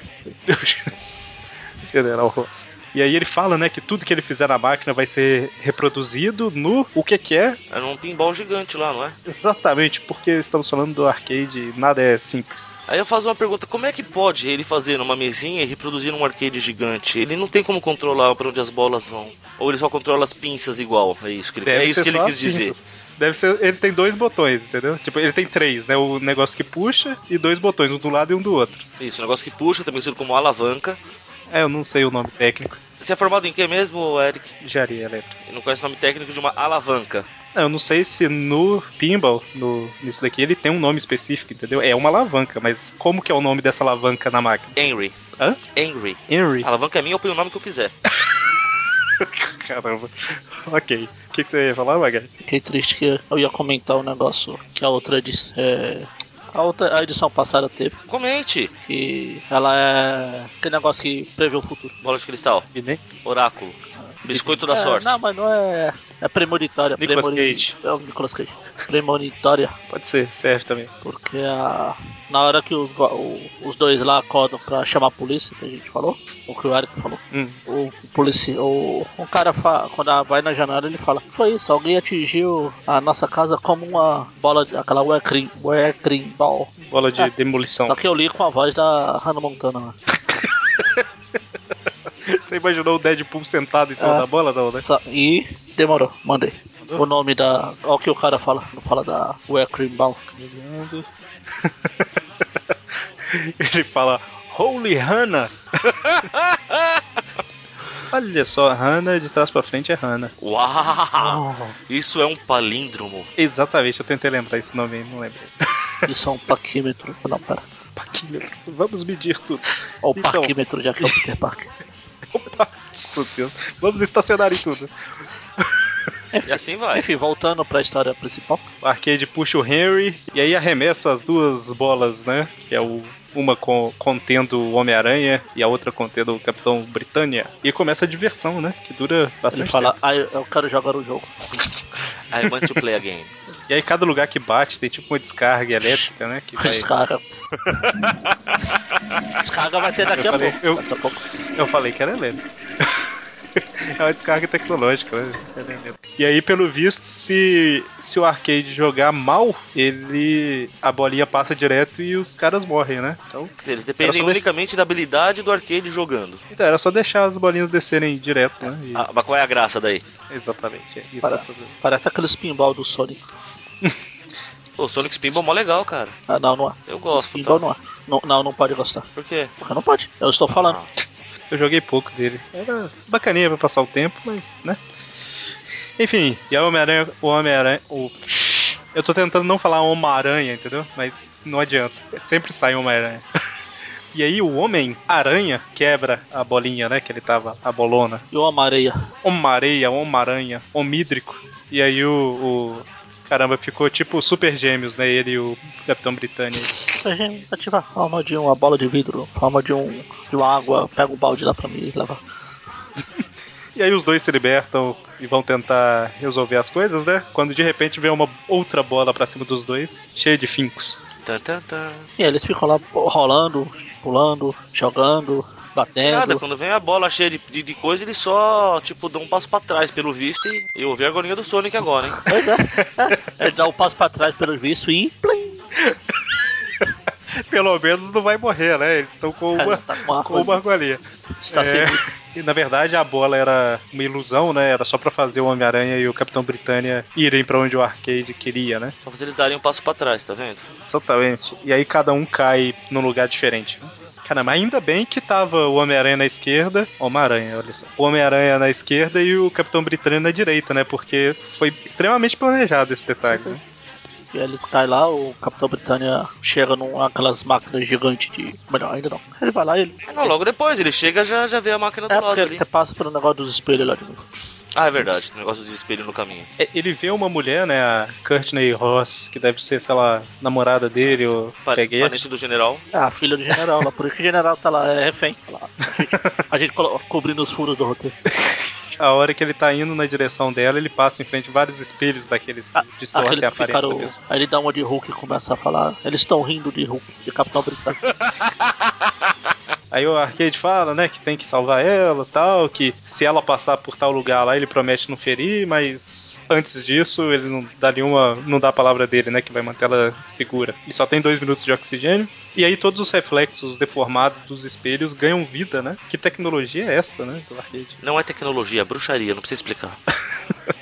S1: General Ross. E aí ele fala, né, que tudo que ele fizer na máquina vai ser reproduzido no o que que é
S3: Era um pinball gigante lá, não é?
S1: exatamente, porque estamos falando do arcade, e nada é simples.
S3: Aí eu faço uma pergunta: como é que pode ele fazer numa mesinha e reproduzir um arcade gigante? Ele não tem como controlar pra onde as bolas vão. Ou ele só controla as pinças igual. É isso que ele, é isso que ele
S1: só
S3: quis
S1: as
S3: dizer.
S1: cinzas. Deve ser, ele tem dois botões, entendeu? Tipo, ele tem três, né? O negócio que puxa e dois botões, um do lado e um do outro.
S3: Isso, um negócio que puxa, também conhecido como alavanca.
S1: É, eu não sei o nome técnico.
S3: Você é formado em que mesmo, Eric?
S1: Engenharia elétrica.
S3: Eu não conheço o nome técnico de uma alavanca.
S1: Eu não sei se no pinball, no, nisso daqui, ele tem um nome específico, entendeu? É uma alavanca, mas como que é o nome dessa alavanca na máquina?
S3: Henry.
S1: Hã?
S3: Henry.
S1: Henry?
S3: A alavanca é minha, eu ponho o nome que eu quiser.
S1: Caramba. Ok. O que, que você ia falar, Magali?
S2: Fiquei triste que eu ia comentar um negócio que a outra edição, é, a outra a edição passada teve,
S3: Comente.
S2: que ela é aquele negócio que prevê o futuro.
S3: Bola de cristal. Oráculo. Biscoito da
S2: É,
S3: sorte.
S2: Não, mas não é. É premonitória.
S1: Nicolas
S2: premoni-
S1: Cage.
S2: É o Nicolas Cage. Premonitória.
S1: Pode ser, serve também.
S2: Porque a- na hora que os, va- o- os dois lá acordam pra chamar a polícia, que a gente falou, o que o Eric falou,
S1: Hum.
S2: o policia, o, o cara fa- quando ela vai na janela ele fala, foi isso, alguém atingiu a nossa casa como uma bola, de- aquela Werkrim, Werkrim Ball.
S1: Bola de
S2: Ah.
S1: demolição.
S2: Só que eu li com a voz da Hannah Montana. né?
S1: Você imaginou o Deadpool sentado em cima
S2: Ah.
S1: da bola, não, né?
S2: Só- e demorou, mandei. O nome da. Olha o que o cara fala, não fala da Werkrim Ball.
S1: Ele fala, Holy Hannah! Olha só, Hannah de trás pra frente é Hannah.
S3: Uau!
S1: Ah.
S3: Isso é um palíndromo.
S1: Exatamente, eu tentei lembrar esse nome aí, não lembrei.
S2: Isso é um paquímetro. Não, pera.
S1: Paquímetro. Vamos medir tudo.
S2: Ó, o
S1: Então.
S2: paquímetro já que é o Peter Parker.
S1: Opa, meu Deus. Vamos estacionar em tudo.
S3: E assim vai.
S2: Enfim, voltando pra história principal.
S1: O arcade puxa o Henry e aí arremessa as duas bolas, né? Que é o. Uma co- contendo o Homem-Aranha e a outra contendo o Capitão Britânia. E começa a diversão, né? Que é. dura bastante
S2: Ele fala, ah, eu eu quero jogar o jogo.
S3: I want to play a game.
S1: tempo. E aí cada lugar que bate tem tipo uma descarga elétrica, né? Que vai...
S2: Descarga. Descarga vai ter daqui
S1: Eu
S2: a
S1: falei,
S2: pouco.
S1: eu-
S2: Daqui a pouco.
S1: Eu falei que era elétrico. é uma descarga tecnológica, né? Era elétrica. E aí, pelo visto, se, se o arcade jogar mal, ele. a bolinha passa direto e os caras morrem, né? Então,
S3: Eles
S1: Era
S3: dependem
S1: só def-
S3: unicamente da habilidade do arcade jogando.
S1: então era só deixar as bolinhas descerem direto, né? E-
S3: Ah, mas qual é a graça daí?
S1: Exatamente, é isso
S2: Para.
S1: é o problema.
S2: Parece aqueles pinball do Sonic.
S3: O Sonic Spinball é mó legal, cara.
S2: Ah, não, não é.
S3: Eu
S2: Os
S3: gosto.
S2: pinball
S3: Tá?
S2: não é. Não, não, não pode gostar.
S3: Por quê?
S2: Porque não pode. Eu estou falando.
S3: Ah,
S1: Eu joguei pouco dele. Era bacaninha pra passar o tempo, mas, né? Enfim, e aí o Homem-Aranha. O Homem-Aranha. O... Eu tô tentando não falar Homem-Aranha, entendeu? Mas não adianta. é, Sempre sai Homem-Aranha. E aí o Homem-Aranha quebra a bolinha, né? Que ele tava, a bolona.
S2: E o Amareia.
S1: Homem-Areia, Homem-Aranha, Homídrico. E aí o, o- Caramba, ficou tipo Super Gêmeos, né? Ele e o Capitão Britânia.
S2: A gente ativar forma de uma bola de vidro, forma de um de uma água. Pega um balde lá pra mim e leva.
S1: E aí os dois se libertam e vão tentar resolver as coisas, né? Quando de repente vem uma outra bola pra cima dos dois, cheia de fincos.
S3: tan, tan, tan.
S2: E aí eles ficam lá rolando, pulando, jogando,
S3: Nada,
S2: batendo.
S3: quando vem a bola cheia de, de, de coisa, ele só, tipo, dá um passo pra trás, pelo visto, e eu ouvi a agonia do Sonic agora, hein?
S2: Pois é. Ele dá um passo pra trás pelo visto e. Plim,
S1: Pelo menos não vai morrer, né? Eles estão com
S2: É,
S1: uma,
S2: tá com uma
S1: com uma argolinha.
S2: está
S1: É.
S2: seguro.
S1: E, na verdade, a bola era uma ilusão, né? Era só pra fazer o Homem-Aranha e o Capitão Britânia irem pra onde o arcade queria, né?
S3: Só pra eles darem um passo pra trás, tá vendo?
S1: Exatamente. E aí cada um cai num lugar diferente. né? Cara, mas ainda bem que tava o Homem-Aranha na esquerda. Homem-Aranha, olha só. O Homem-Aranha na esquerda e o Capitão Britânia na direita, né? Porque foi extremamente planejado esse detalhe. Né?
S2: E aí eles caem lá, o Capitão Britânia chega num aquelas máquinas gigantes de. Melhor ainda não. Ele vai lá e ele.
S3: Ah, Não, logo depois, ele chega já já vê a máquina do
S2: É
S3: lado
S2: porque ele
S3: ali.
S2: até passa pelo negócio dos espelhos lá de novo.
S3: Ah, é verdade, o negócio do desespero no caminho.
S1: É, Ele vê uma mulher, né? A Courtney Ross, que deve ser, sei lá, namorada dele ou
S3: Pa-
S1: peguete.
S3: Parente do general.
S2: É a filha do general lá, por isso que o general tá lá, é refém. Tá lá. A gente, a gente colo- cobrindo os furos do roteiro.
S1: A hora que ele tá indo na direção dela, ele passa em frente a vários espelhos daqueles que
S2: Ah,
S1: distorcem
S2: Aqueles
S1: a
S2: que
S1: aparência
S2: ficaram.
S1: da pessoa.
S2: Aí ele dá uma de Hulk e começa a falar. Eles estão rindo de Hulk, de Capitão Britânia.
S1: Aí o Arcade fala, né, que tem que salvar ela tal, que se ela passar por tal lugar lá, ele promete não ferir, mas antes disso ele não dá nenhuma. não dá a palavra dele, né? Que vai manter ela segura. E só tem dois minutos de oxigênio. E aí todos os reflexos deformados dos espelhos ganham vida, né? Que tecnologia é essa, né? Do arcade.
S3: Não é tecnologia, é bruxaria, não precisa explicar.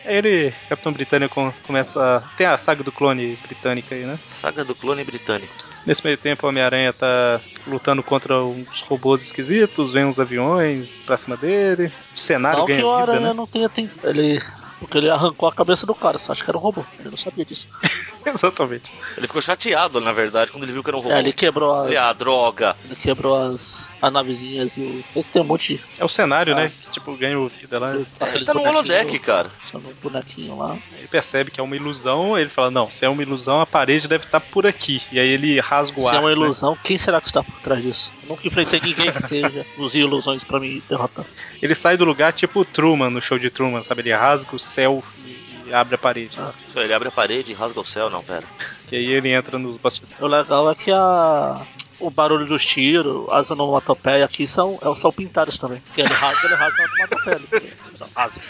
S1: Aí ele, Capitão Britânico, com- começa. a- Tem a saga do clone britânica aí, né?
S3: Saga do clone britânico.
S1: Nesse meio tempo, o Homem-Aranha tá lutando contra uns robôs esquisitos, vem uns aviões pra cima dele. O cenário
S2: Não que
S1: ganha
S2: o
S1: vida,
S2: Aranha
S1: né?
S2: não tenha tem. Ele. Porque ele arrancou a cabeça do cara, só acho que era um robô. Ele não sabia disso. né?
S1: Exatamente.
S3: Ele ficou chateado, na verdade, quando ele viu que era um robô.
S2: É, ele quebrou as.
S3: Ele, ah, droga.
S2: Ele quebrou as, as navezinhas e o. Ele tem um monte de.
S1: É o cenário,
S2: Ah.
S1: né? Que, tipo, ganha vida lá.
S3: Ele
S2: aqueles
S3: tá no
S2: bonequinhos-
S3: holodeck, cara.
S2: só no bonequinho lá.
S1: Ele percebe que é uma ilusão, ele fala, não, se é uma ilusão, a parede deve estar por aqui. E aí ele rasga o
S2: Se
S1: ar.
S2: é uma
S1: né?
S2: ilusão, quem será que está por trás disso? Eu nunca enfrentei ninguém que esteja nos ilusões pra me derrotar.
S1: Ele sai do lugar tipo o Truman, no show de Truman, sabe? Ele rasga o céu e, e abre a parede.
S2: Ah.
S3: Isso, Ele abre a parede e rasga o céu, não, pera.
S1: E aí ele entra nos bastidores.
S2: O legal é que a. O barulho dos tiros, as onomatopeias aqui são, é- são pintadas também. Porque ele rasga, ele rasga a onomatopeia. ele- ele rasga.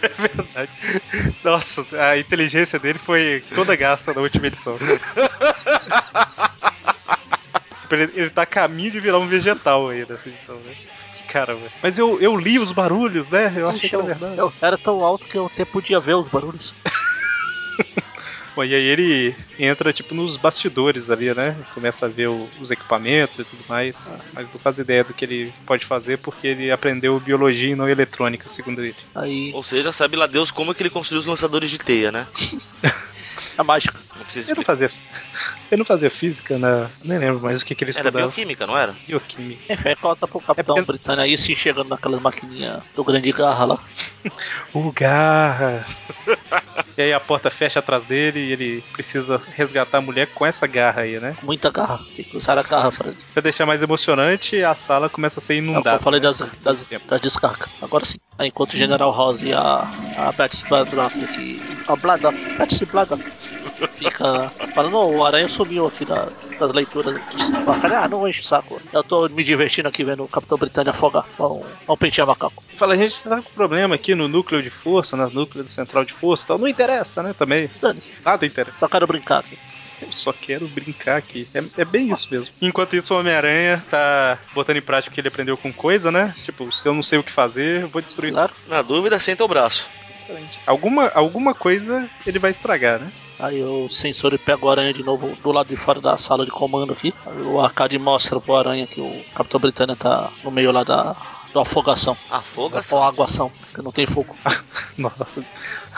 S1: Nossa, a inteligência dele foi toda gasta na última edição. Tipo, ele, ele tá a caminho de virar um vegetal aí nessa edição, né? Que Caramba. Mas eu, eu li os barulhos, né? Eu achei que era
S2: Puxa,
S1: verdade.
S2: eu- era tão alto que eu até podia ver os barulhos.
S1: Bom, e aí ele entra, tipo, nos bastidores ali, né? Começa a ver o- os equipamentos e tudo mais.
S3: Ah.
S1: Mas não faz ideia do que ele pode fazer, porque ele aprendeu biologia e não eletrônica, segundo ele.
S2: Aí,
S3: Ou seja, sabe lá Deus como é que ele construiu os lançadores de teia, né?
S2: a é mágica.
S3: Não precisa
S1: Ele não
S3: explicar.
S1: fazia, ele não fazia física, né? Nem lembro mais o que, que ele
S3: Era
S1: estudava.
S3: bioquímica, não era?
S1: Bioquímica.
S2: Enfim, corta pro Capitão
S1: É porque-
S2: Britânia aí se chegando naquelas maquininhas do grande garra lá.
S1: O garra! e aí a porta fecha atrás dele e ele precisa resgatar a mulher com essa garra aí, né?
S2: com Muita garra. Tem que usar a garra pra.
S1: Pra deixar mais emocionante, a sala começa a ser
S2: É o que eu
S1: inundada.
S2: falei
S1: né?
S2: das, das, das descargas. Agora sim. Aí, enquanto o General House e a, a Betsy Bladrock aqui. A Bladrock, Betsy Bladrock. Fica falando, "Ô, o aranha sumiu aqui das, das leituras. Eu falei, ah, não enche o saco. Eu tô me divertindo aqui vendo o Capitão Britânia afogar. Vamos, vamos pentear macaco.
S1: Fala, a gente tá com problema aqui no núcleo de força, no núcleo do central de força e tal. Não interessa, né? Também.
S2: Dane-se.
S1: Nada interessa.
S2: Só quero brincar aqui.
S1: Eu só quero brincar aqui. É, é bem isso mesmo. Enquanto isso, o Homem-Aranha tá botando em prática o que ele aprendeu com coisa, né? Tipo, se eu não sei o que fazer, eu vou destruir.
S2: Claro.
S3: Na dúvida, senta o braço.
S1: Alguma, alguma coisa ele vai estragar, né?
S2: Aí o sensor pega o aranha de novo do lado de fora da sala de comando aqui. Aí o arcade mostra pro aranha que o Capitão Britânia tá no meio lá da, do afogação.
S3: Ah,
S1: é
S3: Afogação.
S2: Ou aguação, que não tem fogo.
S1: Nossa.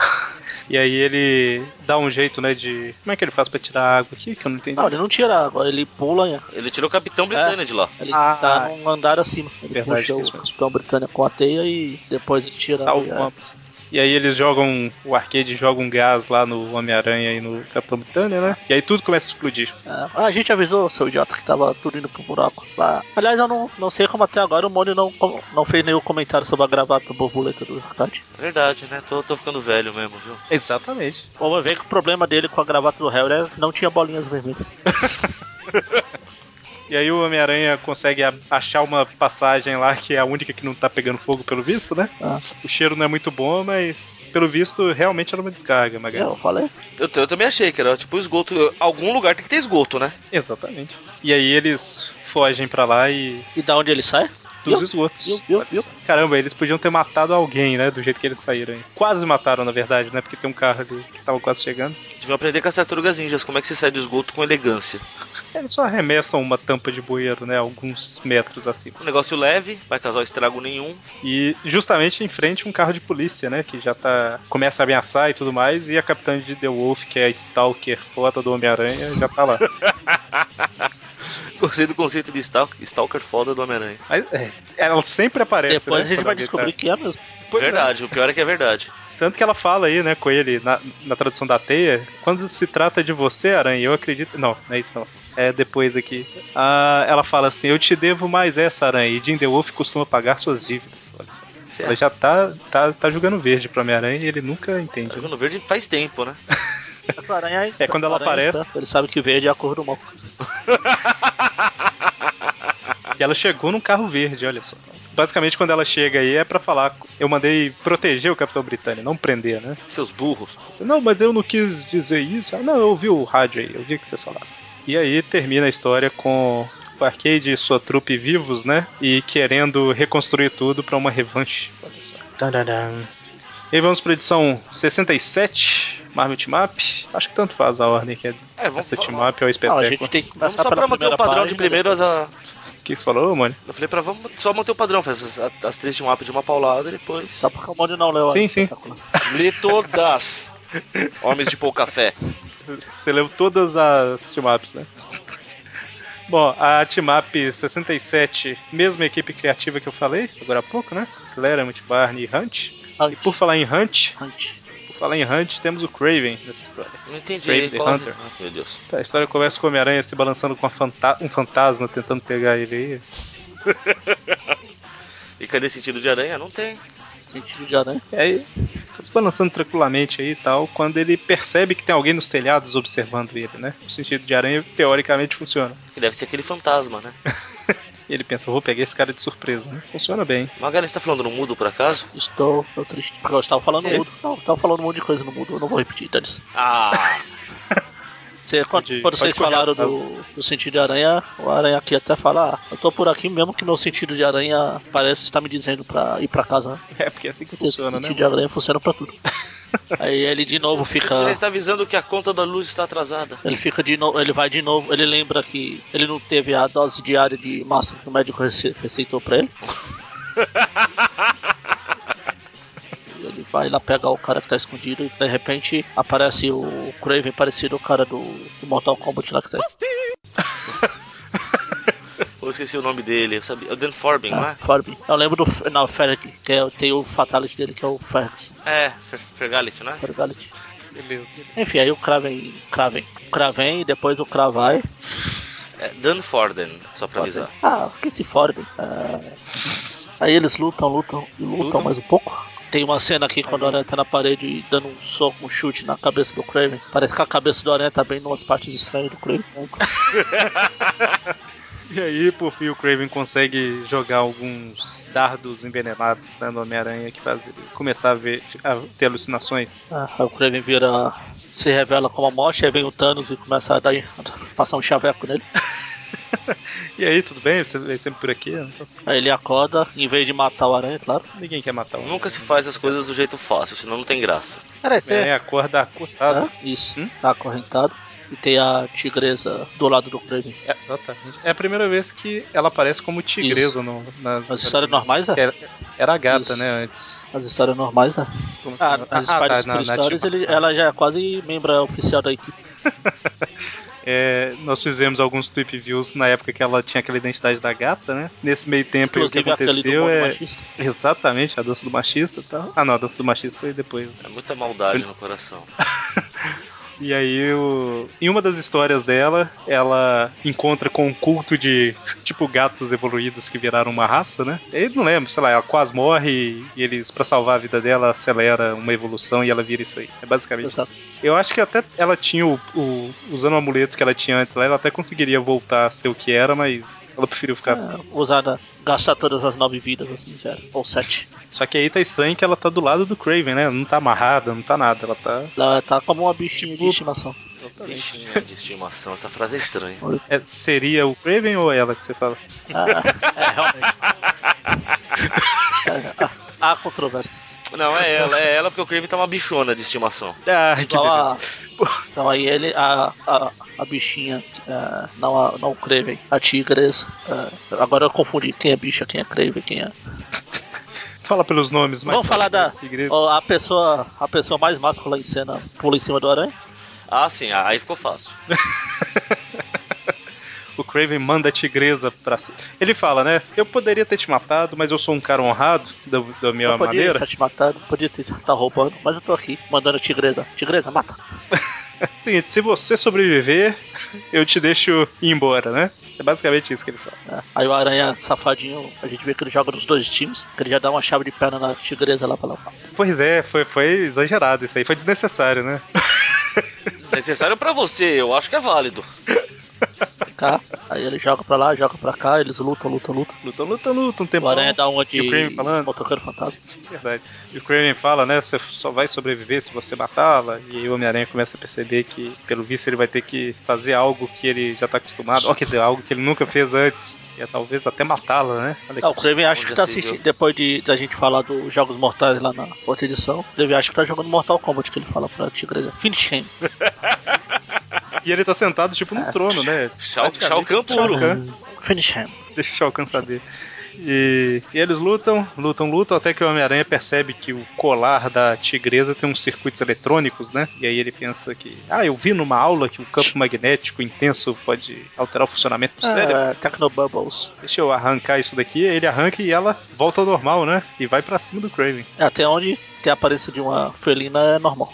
S1: E aí ele dá um jeito, né, de... Como é que ele faz pra tirar a água aqui? Que eu não entendi.
S2: Não, Ah, ele não tira água, ele pula, né?
S3: Ele tirou
S1: É.
S3: o Capitão Britânia de lá.
S2: ele
S1: Ah,
S2: tá num andar acima. Ele
S1: verdade,
S2: puxa
S1: isso
S2: o
S1: mesmo.
S2: Capitão Britânia com a teia e depois ele tira é.
S1: Salve
S2: a-
S1: Vamos. assim. E aí eles jogam... O arcade joga um gás lá no Homem-Aranha e no Capitão Britânia, né? E aí tudo começa a explodir.
S2: Ah, a gente avisou, seu idiota, que tava tudo indo pro buraco. Ah, aliás, eu não, não sei como até agora o Mônio não, com- não fez nenhum comentário sobre a gravata borboleta do arcade.
S3: Verdade, né? Tô, tô ficando velho mesmo, viu?
S1: Exatamente.
S2: Vamos ver que o problema dele com a gravata do Harry era que não tinha bolinhas vermelhas.
S1: Tá E aí o Homem-Aranha consegue a- achar uma passagem lá que é a única que não tá pegando fogo, pelo visto, né?
S2: Ah.
S1: O cheiro não é muito bom, mas pelo visto realmente era uma descarga, Magal.
S2: é, Eu falei.
S3: Eu, eu também achei que era tipo esgoto. Algum lugar tem que ter esgoto, né?
S1: Exatamente. E aí eles fogem pra lá e
S2: E da onde ele sai?
S1: dos
S2: Eu-
S1: esgotos.
S2: eu- eu- eu-
S1: Caramba, eles podiam ter matado alguém, né? Do jeito que eles saíram aí. Quase mataram, na verdade, né? Porque tem um carro ali que tava quase chegando.
S3: Deviam aprender com as tartarugas ninjas, como é que você sai do esgoto com elegância.
S1: Eles só arremessam uma tampa de bueiro, né? Alguns metros acima.
S3: Um negócio leve, vai causar estrago nenhum.
S1: E justamente em frente um carro de polícia, né? Que já tá. começa a ameaçar e tudo mais. E a capitã de The Wolf, que é a Stalker foda do Homem-Aranha, já tá lá.
S3: Gostei do conceito de stalk- Stalker foda do Homem-Aranha.
S1: Mas, é, ela sempre aparece.
S2: Depois
S1: né,
S2: a gente
S1: quando
S2: vai
S1: alguém
S2: descobrir que é mesmo.
S1: tá- Pois é.
S3: verdade, o pior é que é verdade.
S1: Tanto que ela fala aí, né, com ele, na, na tradução da teia, quando se trata de você, Aranha, eu acredito. Não, não é isso não. É depois aqui. Ah, ela fala assim: Eu te devo mais essa, Aranha. E Jim DeWolf costuma pagar suas dívidas. Olha só.
S3: Certo.
S1: Ela já tá, tá, tá jogando verde pra Homem-Aranha e ele nunca entende. né?
S3: Dragão Verde faz tempo, né?
S2: A aranha
S1: É, quando ela
S2: a aranha
S1: aparece-
S2: esperta. Ele sabe que verde é a cor do mal.
S1: E ela chegou num carro verde, olha só. Basicamente, quando ela chega aí, é pra falar: Eu mandei proteger o Capitão Britânia, não prender, né?
S3: Seus burros.
S1: Você, não, mas eu não quis dizer isso. Ah, não, eu ouvi o rádio aí, eu vi o que vocês falaram. E aí termina a história com o Arcade e sua trupe vivos, né? E querendo reconstruir tudo pra uma revanche. Olha só. Tadadam. E aí vamos pra edição 67, Marvel Team Up. Acho que tanto faz a ordem que é
S3: É, vamos,
S1: essa Team
S3: vamos,
S1: Up ou
S2: Não, Ah, a
S1: espetáculo.
S2: gente tem que
S3: vamos
S2: começar
S3: só
S2: pela
S3: pra manter o
S2: primeira
S3: padrão de
S2: página,
S3: primeiras
S2: depois-
S3: a...
S1: O que você falou, mano?
S3: Eu falei pra vamos só manter o padrão, faz as, a- as três de um up de uma paulada e depois.
S2: Só porque o Monde Tá não leu a-
S1: Sim, sim.
S2: espetacular.
S3: Lê todas! Homens de pouca fé.
S1: Você leu todas as team ups, né? Bom, a Team Up 67, mesma equipe criativa que eu falei agora há pouco, né? Claremont, Barney e Hunt. E
S2: Hunt,
S1: por falar em Hunt,
S2: Hunt.
S1: por falar em Hunt, temos o Craven nessa história.
S3: Não entendi.
S1: Brave the
S3: qual...
S1: Hunter.
S3: Ah, meu Deus.
S1: Tá, a história começa com o Homem-Aranha se balançando com a fanta- um fantasma tentando pegar ele aí.
S3: E cadê sentido de aranha? Não tem.
S2: Sentido de aranha.
S1: E aí, tá se balançando tranquilamente aí e tal, quando ele percebe que tem alguém nos telhados observando ele, né? O sentido de aranha teoricamente funciona.
S3: Que deve ser aquele fantasma, né?
S1: E ele pensa, vou pegar esse cara de surpresa, né? Funciona bem.
S3: Magalhães tá falando no mudo por acaso?
S2: Estou, estou triste. Porque eu estava falando
S1: Ei.
S2: mudo. Não, eu estava falando um monte de coisa no mudo. Eu não vou repetir, dane
S3: Ah!
S2: Você, quando,
S1: Pode-
S2: quando
S1: pode
S2: vocês
S1: correr
S2: falaram
S1: atrás.
S2: do, do sentido de aranha, o aranha aqui até fala, ah, eu tô por aqui mesmo que meu sentido de aranha parece estar me dizendo pra ir pra casa. né?
S1: É porque é assim que
S2: Porque
S1: funciona,
S2: o
S1: né?
S2: sentido de aranha funciona pra tudo. Aí ele de novo
S3: Ele
S2: fica.
S3: está avisando que a conta da luz está atrasada.
S2: Ele fica de novo, ele vai de novo, ele lembra que ele não teve a dose diária de mastro que o médico rece- receitou pra ele. E ele vai lá pegar o cara que tá escondido e de repente aparece o Kraven parecido o cara do, do Mortal Kombat lá que tá você
S3: Eu esqueci o nome dele. Eu sabia. É o Dan Forbin, não
S2: Ah,
S3: é?
S2: Farby. Eu lembro do F- não, Ferg, que é, tem o Fatality dele, que é o Ferguson.
S3: É, Fer- Fergality, não é?
S2: Fergality.
S1: Beleza.
S2: Enfim, aí o Kraven. Kraven. O Kraven e depois o Kravai.
S3: É Dan Forden, só pra avisar.
S2: Ah, que se Forbe. aí eles lutam, lutam e lutam,
S1: Lutam.
S2: mais um pouco. Tem uma cena aqui quando o Aranha tá na parede e dando um soco, um chute na cabeça do Kraven. Parece que a cabeça do Aranha tá bem em umas partes estranhas do Kraven.
S1: E aí, por fim, o Craven consegue jogar alguns dardos envenenados né, no Homem-Aranha que faz ele começar a, ver, a ter alucinações.
S2: Ah, aí o Kraven vira. se revela como a morte, aí vem o Thanos e começa a dar, passar um chaveco nele.
S1: E aí, tudo bem? Você vem sempre por aqui? né?
S2: Aí ele acorda, em vez de matar o Aranha, claro.
S1: Ninguém quer matar o
S3: Nunca se faz as coisas do jeito fácil, senão não tem graça.
S2: Cara, esse
S1: É, acorda acordado.
S2: Hã? Isso,
S1: Hum?
S2: tá acorrentado. E tem a tigresa do lado do Kraven.
S1: É, exatamente. É a primeira vez que ela aparece como tigresa no, nas
S2: As histórias normais, é?
S1: Era, era a gata,
S2: Isso.
S1: né? Antes.
S2: As histórias normais, é?
S1: Como se
S2: Ah,
S1: chama?
S2: as
S1: Ah, tá,
S2: Spider
S1: na- na
S2: Super Stories,
S1: Team Up.
S2: ele- ela já é quase membro oficial da equipe.
S1: É, nós fizemos alguns tweet views na época que ela tinha aquela identidade da gata, né? Nesse meio tempo, aí o que
S2: Inclusive aquele do
S1: aconteceu
S2: mundo
S1: é.
S2: machista.
S1: Exatamente, a dança do machista e tal. Ah, não, a dança do machista foi depois. né?
S3: É muita maldade no coração.
S1: E aí, o... em uma das histórias dela, ela encontra com um culto de, tipo, gatos evoluídos que viraram uma raça, né? E aí, não lembro, sei lá, ela quase morre e eles, pra salvar a vida dela, acelera uma evolução e ela vira isso aí. É basicamente
S2: Exato.
S1: isso. Eu acho que até ela tinha o, o- Usando o amuleto que ela tinha antes lá, ela até conseguiria voltar a ser o que era, mas ela preferiu ficar assim.
S2: É, usada, gastar todas as nove vidas, assim, já. era. Ou sete.
S1: Só que aí tá estranho que ela tá do lado do Craven, né? Ela não tá amarrada, não tá nada, ela tá.
S2: Ela tá como uma bichinha de
S1: Tipo-
S2: estimação.
S3: Bichinho de estimação, essa frase é estranha.
S1: É, seria o Craven ou ela que você fala?
S2: Ah, é, realmente. É, Há controvérsias.
S3: Não, é ela, é ela porque o Craven tá uma bichona de estimação.
S1: Ah, que
S2: Igual
S1: beleza.
S2: a, então aí ele, a, a, a bichinha, é, não, a, não o Craven, a tigresa. é, agora eu confundi quem é bicha, quem é Craven, quem é.
S1: Fala pelos nomes, mas.
S2: Vamos falar da
S1: Segredo.
S2: ó, a pessoa, a pessoa mais máscula em cena pula em cima do aranha.
S3: Ah, sim, aí ficou fácil.
S1: O Craven manda a tigresa pra si. Ele fala, né? Eu poderia ter te matado, mas eu sou um cara honrado da, da minha
S2: eu podia
S1: maneira.
S2: estar te matando, podia estar tá roubando, mas eu tô aqui mandando a tigresa. Tigresa, mata.
S1: Seguinte, se você sobreviver, eu te deixo ir embora, né? É basicamente isso que ele fala.
S2: É, Aí o aranha safadinho, a gente vê que ele joga nos dois times, que ele já dá uma chave de perna na tigresa lá pra lá.
S1: Pois é, foi, foi exagerado isso aí, foi desnecessário, né?
S3: Necessário pra você, eu acho que é válido.
S2: Cá. Aí ele joga pra lá, joga pra cá, eles lutam, lutam, lutam.
S1: Lutam, lutam, lutam, um tempo.
S2: O aranha dá uma
S1: E o
S2: de
S1: Kraven falando?
S2: motoqueiro fantasma.
S1: Verdade. E o Kraven fala, né? Você só vai sobreviver se você matá-la. E aí o Homem-Aranha começa a perceber que, pelo visto, ele vai ter que fazer algo que ele já tá acostumado. Ou quer dizer, algo que ele nunca fez antes. Que é talvez até matá-la, né? Olha
S2: Não, o
S1: que-
S2: Kraven acho
S3: Onde
S2: que tá
S3: já se viu?
S2: assistindo, depois de, da gente falar dos Jogos Mortais lá na outra edição, o Kraven acho que tá jogando Mortal Kombat, que ele fala pra tigresa. Finish him.
S1: E ele tá sentado, tipo, no trono, né?
S3: É. Shao,
S1: Praticamente
S3: Shao Kahn puro.
S1: Shao Kahn.
S2: Finish him.
S1: Deixa o Shao Kahn saber. E, e eles lutam, lutam, lutam, até que o Homem-Aranha percebe que o colar da tigresa tem uns circuitos eletrônicos, né? E aí ele pensa que, ah, eu vi numa aula que um campo magnético intenso pode alterar o funcionamento
S3: Ah,
S1: do cérebro.
S2: É, Tecnobubbles.
S1: Deixa eu arrancar isso daqui, ele arranca e ela volta ao normal, né? E vai pra cima do Kraven.
S2: É, Até onde tem a aparência de uma felina é normal.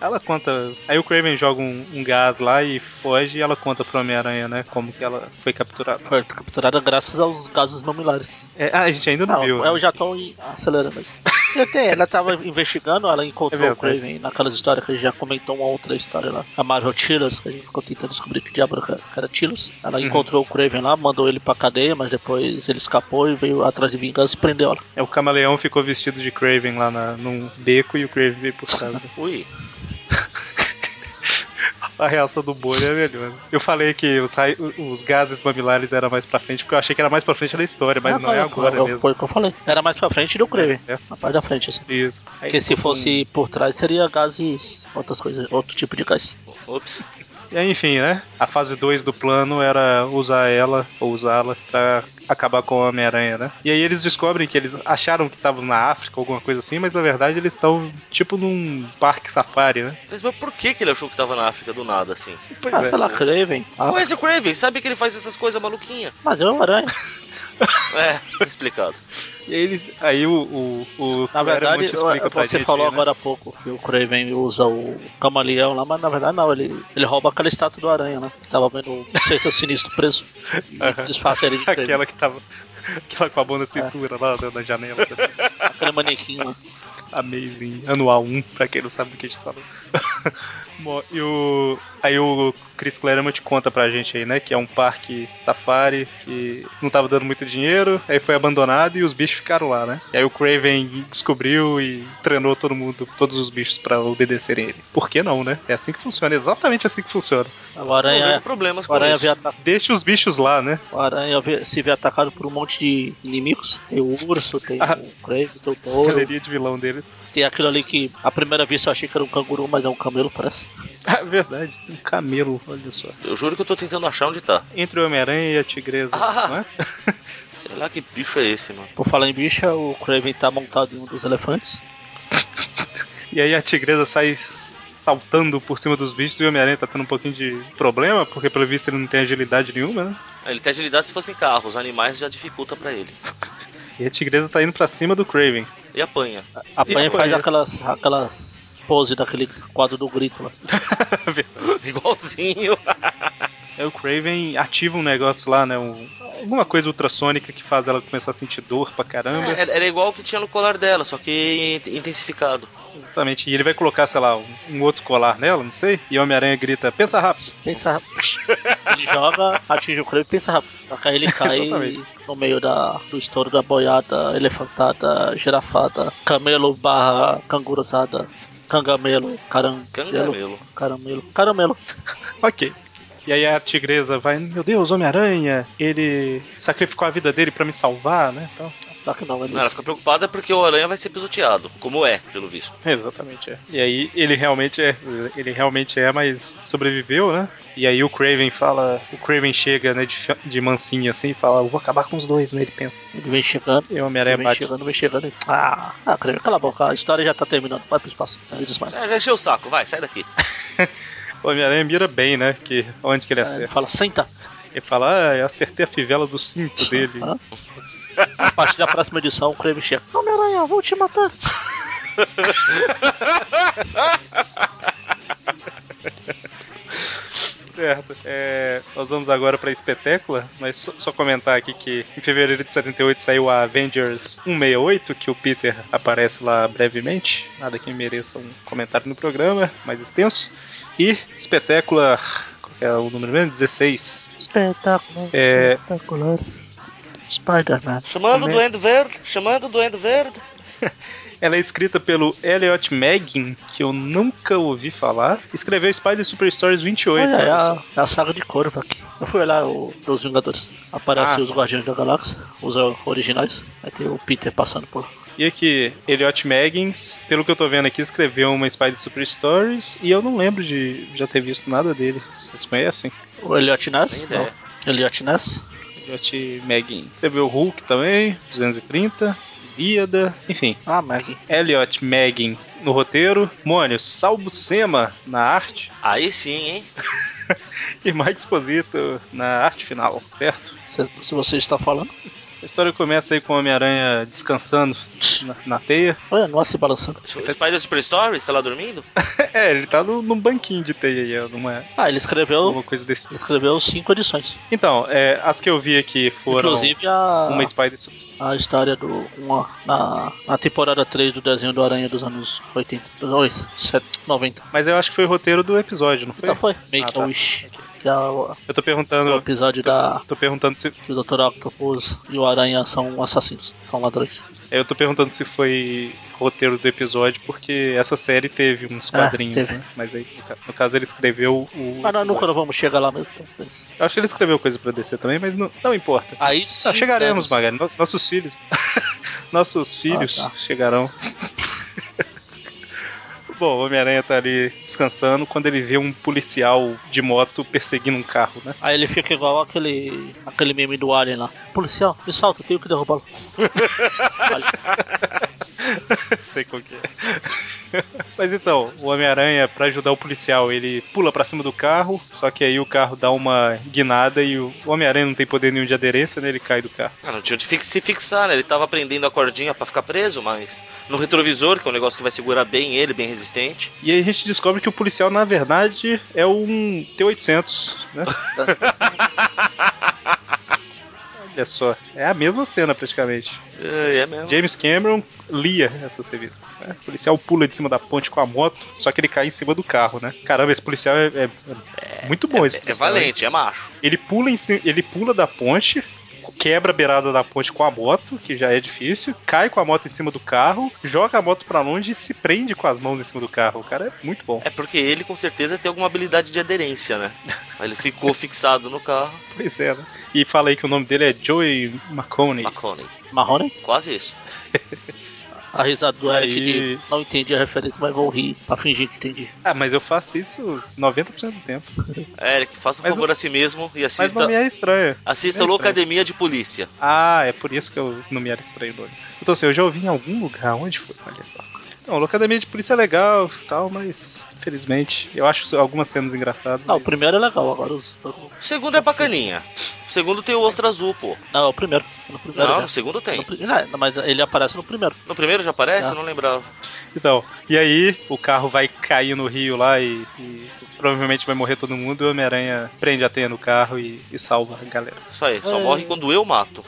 S1: Ela conta. Aí o Kraven joga um, um gás lá e foge e ela conta pro Homem-Aranha, né? Como que ela foi capturada.
S2: Foi capturada graças aos gases mamilares.
S1: É, ah, a gente ainda não,
S2: Não,
S1: viu.
S2: eu
S1: né?
S2: já tô em- acelerando isso. E até ela tava investigando, ela encontrou
S1: É
S2: o
S1: verdade.
S2: Kraven naquelas histórias que a gente já comentou uma outra história lá. A Marvel Tillers, que a gente ficou tentando descobrir que diabo era era Tillers. Ela
S1: Uhum.
S2: encontrou o Kraven lá, mandou ele pra cadeia, mas depois ele escapou e veio atrás de vingança e prendeu ela.
S1: É, o camaleão ficou vestido de Kraven lá na, num beco e o Kraven veio por trás.
S3: Ui.
S1: A reação do bolho é melhor. né? Eu falei que os, rai- os gases mamilares era mais pra frente, porque eu achei que era mais pra frente na história, mas não é agora
S2: tá, eu-
S1: mesmo.
S2: Ah, Foi o que eu falei. Era mais pra frente do Kraven.
S1: É.
S2: Na parte da frente, assim.
S1: Isso. Aí
S2: Porque se
S1: ficou com-
S2: fosse por trás seria gases, outras coisas, outro tipo de gás.
S3: Ops.
S1: E aí, enfim, né? A fase 2 do plano era usar ela, ou usá-la, pra acabar com o Homem-Aranha, né? E aí eles descobrem que eles acharam que estavam na África, alguma coisa assim, mas na verdade eles estão tipo num parque safari, né?
S3: Mas, mas por que, que ele achou que tava na África do nada, assim?
S1: Pois
S2: ah,
S1: é.
S2: sei lá, Kraven. Ah,
S3: Conhece o Craven, sabe que ele faz essas coisas maluquinhas.
S2: mas é um aranha.
S3: É, explicado.
S1: E aí, eles, aí o, o, o.
S2: Na
S1: o Aramute
S2: verdade, é,
S1: explica pra
S2: você
S1: gente
S2: falou
S1: aí, né?
S2: agora há pouco que o Kraven usa o camaleão lá, mas na verdade não, ele, ele rouba aquela estátua do aranha, né? Tava vendo o sexto sinistro preso e disfarça ele de Kraven.
S1: Aquela que tava. Aquela com a mão na cintura lá né, na- na janela.
S2: Aquele manequim né? lá.
S1: Amazing Anual 1, pra quem não sabe do que a gente tá falando. Mo- e o. Aí o Chris Claremont conta pra gente aí, né? Que é um parque safari que não tava dando muito dinheiro, aí foi abandonado e os bichos ficaram lá, né? E aí o Craven descobriu e treinou todo mundo, todos os bichos pra obedecerem ele. Por que não, né? É assim que funciona, é exatamente assim que funciona.
S2: O
S3: Não vejo
S2: aranha,
S3: problemas
S2: o
S3: um com
S2: aranha,
S3: isso.
S2: vê ata-
S1: Deixa os bichos lá, né?
S2: o aranha vê- se vê atacado por um monte de inimigos. Tem o urso, tem
S1: Ah.
S2: o Kraven, tem
S1: A
S2: o touro.
S1: galeria de vilão dele.
S2: Tem aquilo ali que, à primeira vista, eu achei que era um canguru, mas é um camelo, parece.
S1: Ah, verdade. Um camelo, olha só.
S3: Eu juro que eu tô tentando achar onde tá.
S1: Entre o Homem-Aranha e a Tigresa,
S3: Ah.
S1: não é?
S3: Sei lá que bicho é esse, mano.
S2: Por falar em bicha, o Kraven tá montado em um dos elefantes.
S1: E aí a tigresa sai s- saltando por cima dos bichos e o Homem-Aranha tá tendo um pouquinho de problema, porque pelo visto ele não tem agilidade nenhuma, né?
S3: Ah, Ele tem agilidade se fossem carros, animais já dificulta pra ele.
S1: E a tigresa tá indo pra cima do Craven.
S3: E apanha.
S2: Apanha
S1: E
S2: e faz
S1: apanha.
S2: aquelas, aquelas pose daquele quadro do grito lá.
S3: Igualzinho.
S1: aí o Craven ativa um negócio lá, né? Um, alguma coisa ultrassônica que faz ela começar a sentir dor pra caramba.
S3: É, Era, era igual o que tinha no colar dela, só que in- intensificado.
S1: Exatamente. E ele vai colocar, sei lá, um, um outro colar nela, não sei. E o Homem-Aranha grita, pensa rápido.
S2: Pensa rápido. Ele joga, atinge o creme e pensa rápido. Só que aí ele cai
S1: Exatamente.
S2: no meio da, do estouro da boiada, elefantada, girafada, camelo barra canguruzada, cangamelo, caram,
S3: Cangamelo.
S2: caramelo, caramelo.
S1: Ok. E aí a tigresa vai, meu Deus, Homem-Aranha, ele sacrificou a vida dele pra me salvar, né? Então,
S2: Só que não, ele.
S3: Não, ela fica preocupada porque o Aranha vai ser pisoteado, como é, pelo visto.
S1: Exatamente, é. E aí ele realmente é, ele realmente é, mas sobreviveu, né? E aí o Craven fala, o Craven chega, né, de, fa- de mansinho assim, e fala, eu vou acabar com os dois, né? Ele pensa.
S2: Ele vem chegando.
S1: E o
S2: Ele
S1: Homem-Aranha
S2: vem
S1: bate.
S2: chegando, vem chegando. e- Ah, ah, creio, cala a boca, a história já tá terminando. Vai pro espaço. Ele desmaia.
S3: É, Já, já encheu o saco, vai, sai daqui.
S1: O Homem-Aranha mira bem, né? Que onde que ele
S2: Aí ele
S1: acerta.
S2: fala, senta.
S1: Ele fala, ah, eu acertei a fivela do cinto dele.
S2: Hã? A partir da próxima edição, o Kraven chega. Homem-Aranha, vou te matar.
S1: Certo. É, nós vamos agora pra espetácula, mas só, só comentar aqui que em fevereiro de 78 saiu a Avengers 168, que o Peter aparece lá brevemente. Nada que mereça um comentário no programa, mais extenso. E espetácula, qual que é o número mesmo? 16.
S2: Espetacular.
S1: É.
S2: Espetacular. Spider-Man.
S3: Chamando o
S1: Também.
S3: Duende Verde, chamando o Duende Verde.
S1: Ela é escrita pelo Elliot Meggin, que eu nunca ouvi falar. Escreveu Spider Super Stories 28.
S2: Olha, é a, é a saga de Corvo aqui. Eu fui olhar o, dos Vingadores. Aparece
S1: Ah.
S2: os Guardiões da Galáxia, os originais. Aí tem o Peter passando por lá.
S1: E aqui, Elliot Meggins, pelo que eu tô vendo aqui, escreveu uma Spider Super Stories e eu não lembro de já ter visto nada dele. Vocês conhecem?
S2: O Elliot Ness?
S3: Nem ideia.
S2: Não. Elliot Ness?
S1: Elliot Meggin. Escreveu Hulk também, 230, Líada, enfim.
S2: Ah, Maggie.
S1: Elliot Meggin no roteiro, Mônio Salbucema na arte
S3: Aí sim, hein?
S1: e Mike Exposito na arte final, certo?
S2: Se, se você está falando.
S1: A história começa aí com o Homem-Aranha descansando na, na teia.
S2: Olha, nossa, se balançando.
S3: O Spider Super Stories, tá lá dormindo?
S1: É, ele tá no, num banquinho de teia aí, ó, numa,
S2: Ah, ele escreveu.
S1: alguma coisa desse tipo.
S2: Ele escreveu cinco edições.
S1: Então, é, as que eu vi aqui foram
S2: Inclusive a,
S1: uma Spider Sub-
S2: a história do. Uma, na, na temporada 3 do desenho do Aranha dos anos 80. Dos anos 70, 90.
S1: Mas eu acho que foi o roteiro do episódio, não foi?
S2: Então foi. Make
S1: Ah,
S2: a
S1: tá.
S2: Wish. Que é o,
S1: Eu tô
S2: o
S1: perguntando.
S2: episódio da.
S1: Tô perguntando se.
S2: Que o Dr. Octopus e o Aranha são assassinos, são ladrões.
S1: Eu tô perguntando se foi roteiro do episódio, porque essa série teve uns
S2: Ah,
S1: quadrinhos,
S2: teve. Ah,
S1: né? Mas aí, no, ca- no caso, ele escreveu o.
S2: Mas nós
S1: episódio.
S2: nunca vamos chegar lá mesmo. então, mas-
S1: Eu acho que ele escreveu coisa pra descer também, mas não, não importa.
S2: Aí sim.
S1: Ah, chegaremos,
S2: Magali.
S1: Magali. No- nossos filhos. nossos filhos
S2: tá.
S1: chegarão. Bom, o Homem-Aranha tá ali descansando quando ele vê um policial de moto perseguindo um carro, né?
S2: Aí ele fica igual aquele, aquele meme do Alien lá. Policial, me salta, eu tenho que derrubá-lo. Olha,
S1: Sei qual que é. Mas então, o Homem-Aranha, pra ajudar o policial, ele pula pra cima do carro, só que aí o carro dá uma guinada e o Homem-Aranha não tem poder nenhum de aderência, né? Ele cai do carro.
S3: Ah, não tinha onde fix- se fixar, né? Ele tava prendendo a cordinha pra ficar preso, mas no retrovisor, que é um negócio que vai segurar bem ele, bem resistente.
S1: E aí a gente descobre que o policial, na verdade, é um T-800, né? Olha só, é a mesma cena praticamente.
S3: É, é mesmo.
S1: James Cameron lia essas revistas. né? O policial pula de cima da ponte com a moto, só que ele cai em cima do carro, né? Caramba, esse policial é, é- é muito bom. esse
S3: É, é
S1: policial, hein?
S3: valente, é macho.
S1: Ele pula, em cima- ele pula da ponte, quebra a beirada da ponte com a moto, que já é difícil, cai com a moto em cima do carro, joga a moto pra longe e se prende com as mãos em cima do carro. O cara é muito bom.
S3: É porque ele com certeza tem alguma habilidade de aderência, né? Aí ele ficou fixado no carro.
S1: Pois é, né? E fala aí que o nome dele é Joey McConaughey.
S3: McConaughey.
S2: Marrone?
S3: Quase isso.
S2: A risada do Eric
S1: Aí-
S2: de não entendi a referência, mas vou rir pra fingir que entendi.
S1: Ah, mas eu faço isso 90% do tempo.
S3: Eric, faça um
S1: Mas
S3: favor a si mesmo e
S2: tá.
S1: Mas não
S3: assista.
S1: me é estranho.
S3: Assista
S1: não é
S3: Locademia de Polícia.
S1: Ah, é por isso que eu não me era estranho o nome. Então, assim, eu já ouvi em algum lugar. Onde foi? Olha só. Não, Locademia de Polícia é legal tal, mas infelizmente eu acho algumas cenas engraçadas.
S2: Ah, o
S1: mas-
S2: primeiro é legal, agora os.
S3: O segundo é bacaninha. O segundo tem o Ostra Azul, pô.
S2: Não, é o primeiro. No primeiro
S3: Não,
S2: já.
S3: no segundo
S2: No
S3: tem.
S2: pri- não, não, mas ele aparece no primeiro.
S3: No primeiro já
S2: Tá.
S3: aparece? Eu não lembrava.
S1: Então, e aí o carro vai cair no rio lá e, e provavelmente vai morrer todo mundo. E o Homem-Aranha prende a teia no carro e, e salva a galera.
S3: Isso aí, só
S2: É.
S3: morre quando eu mato.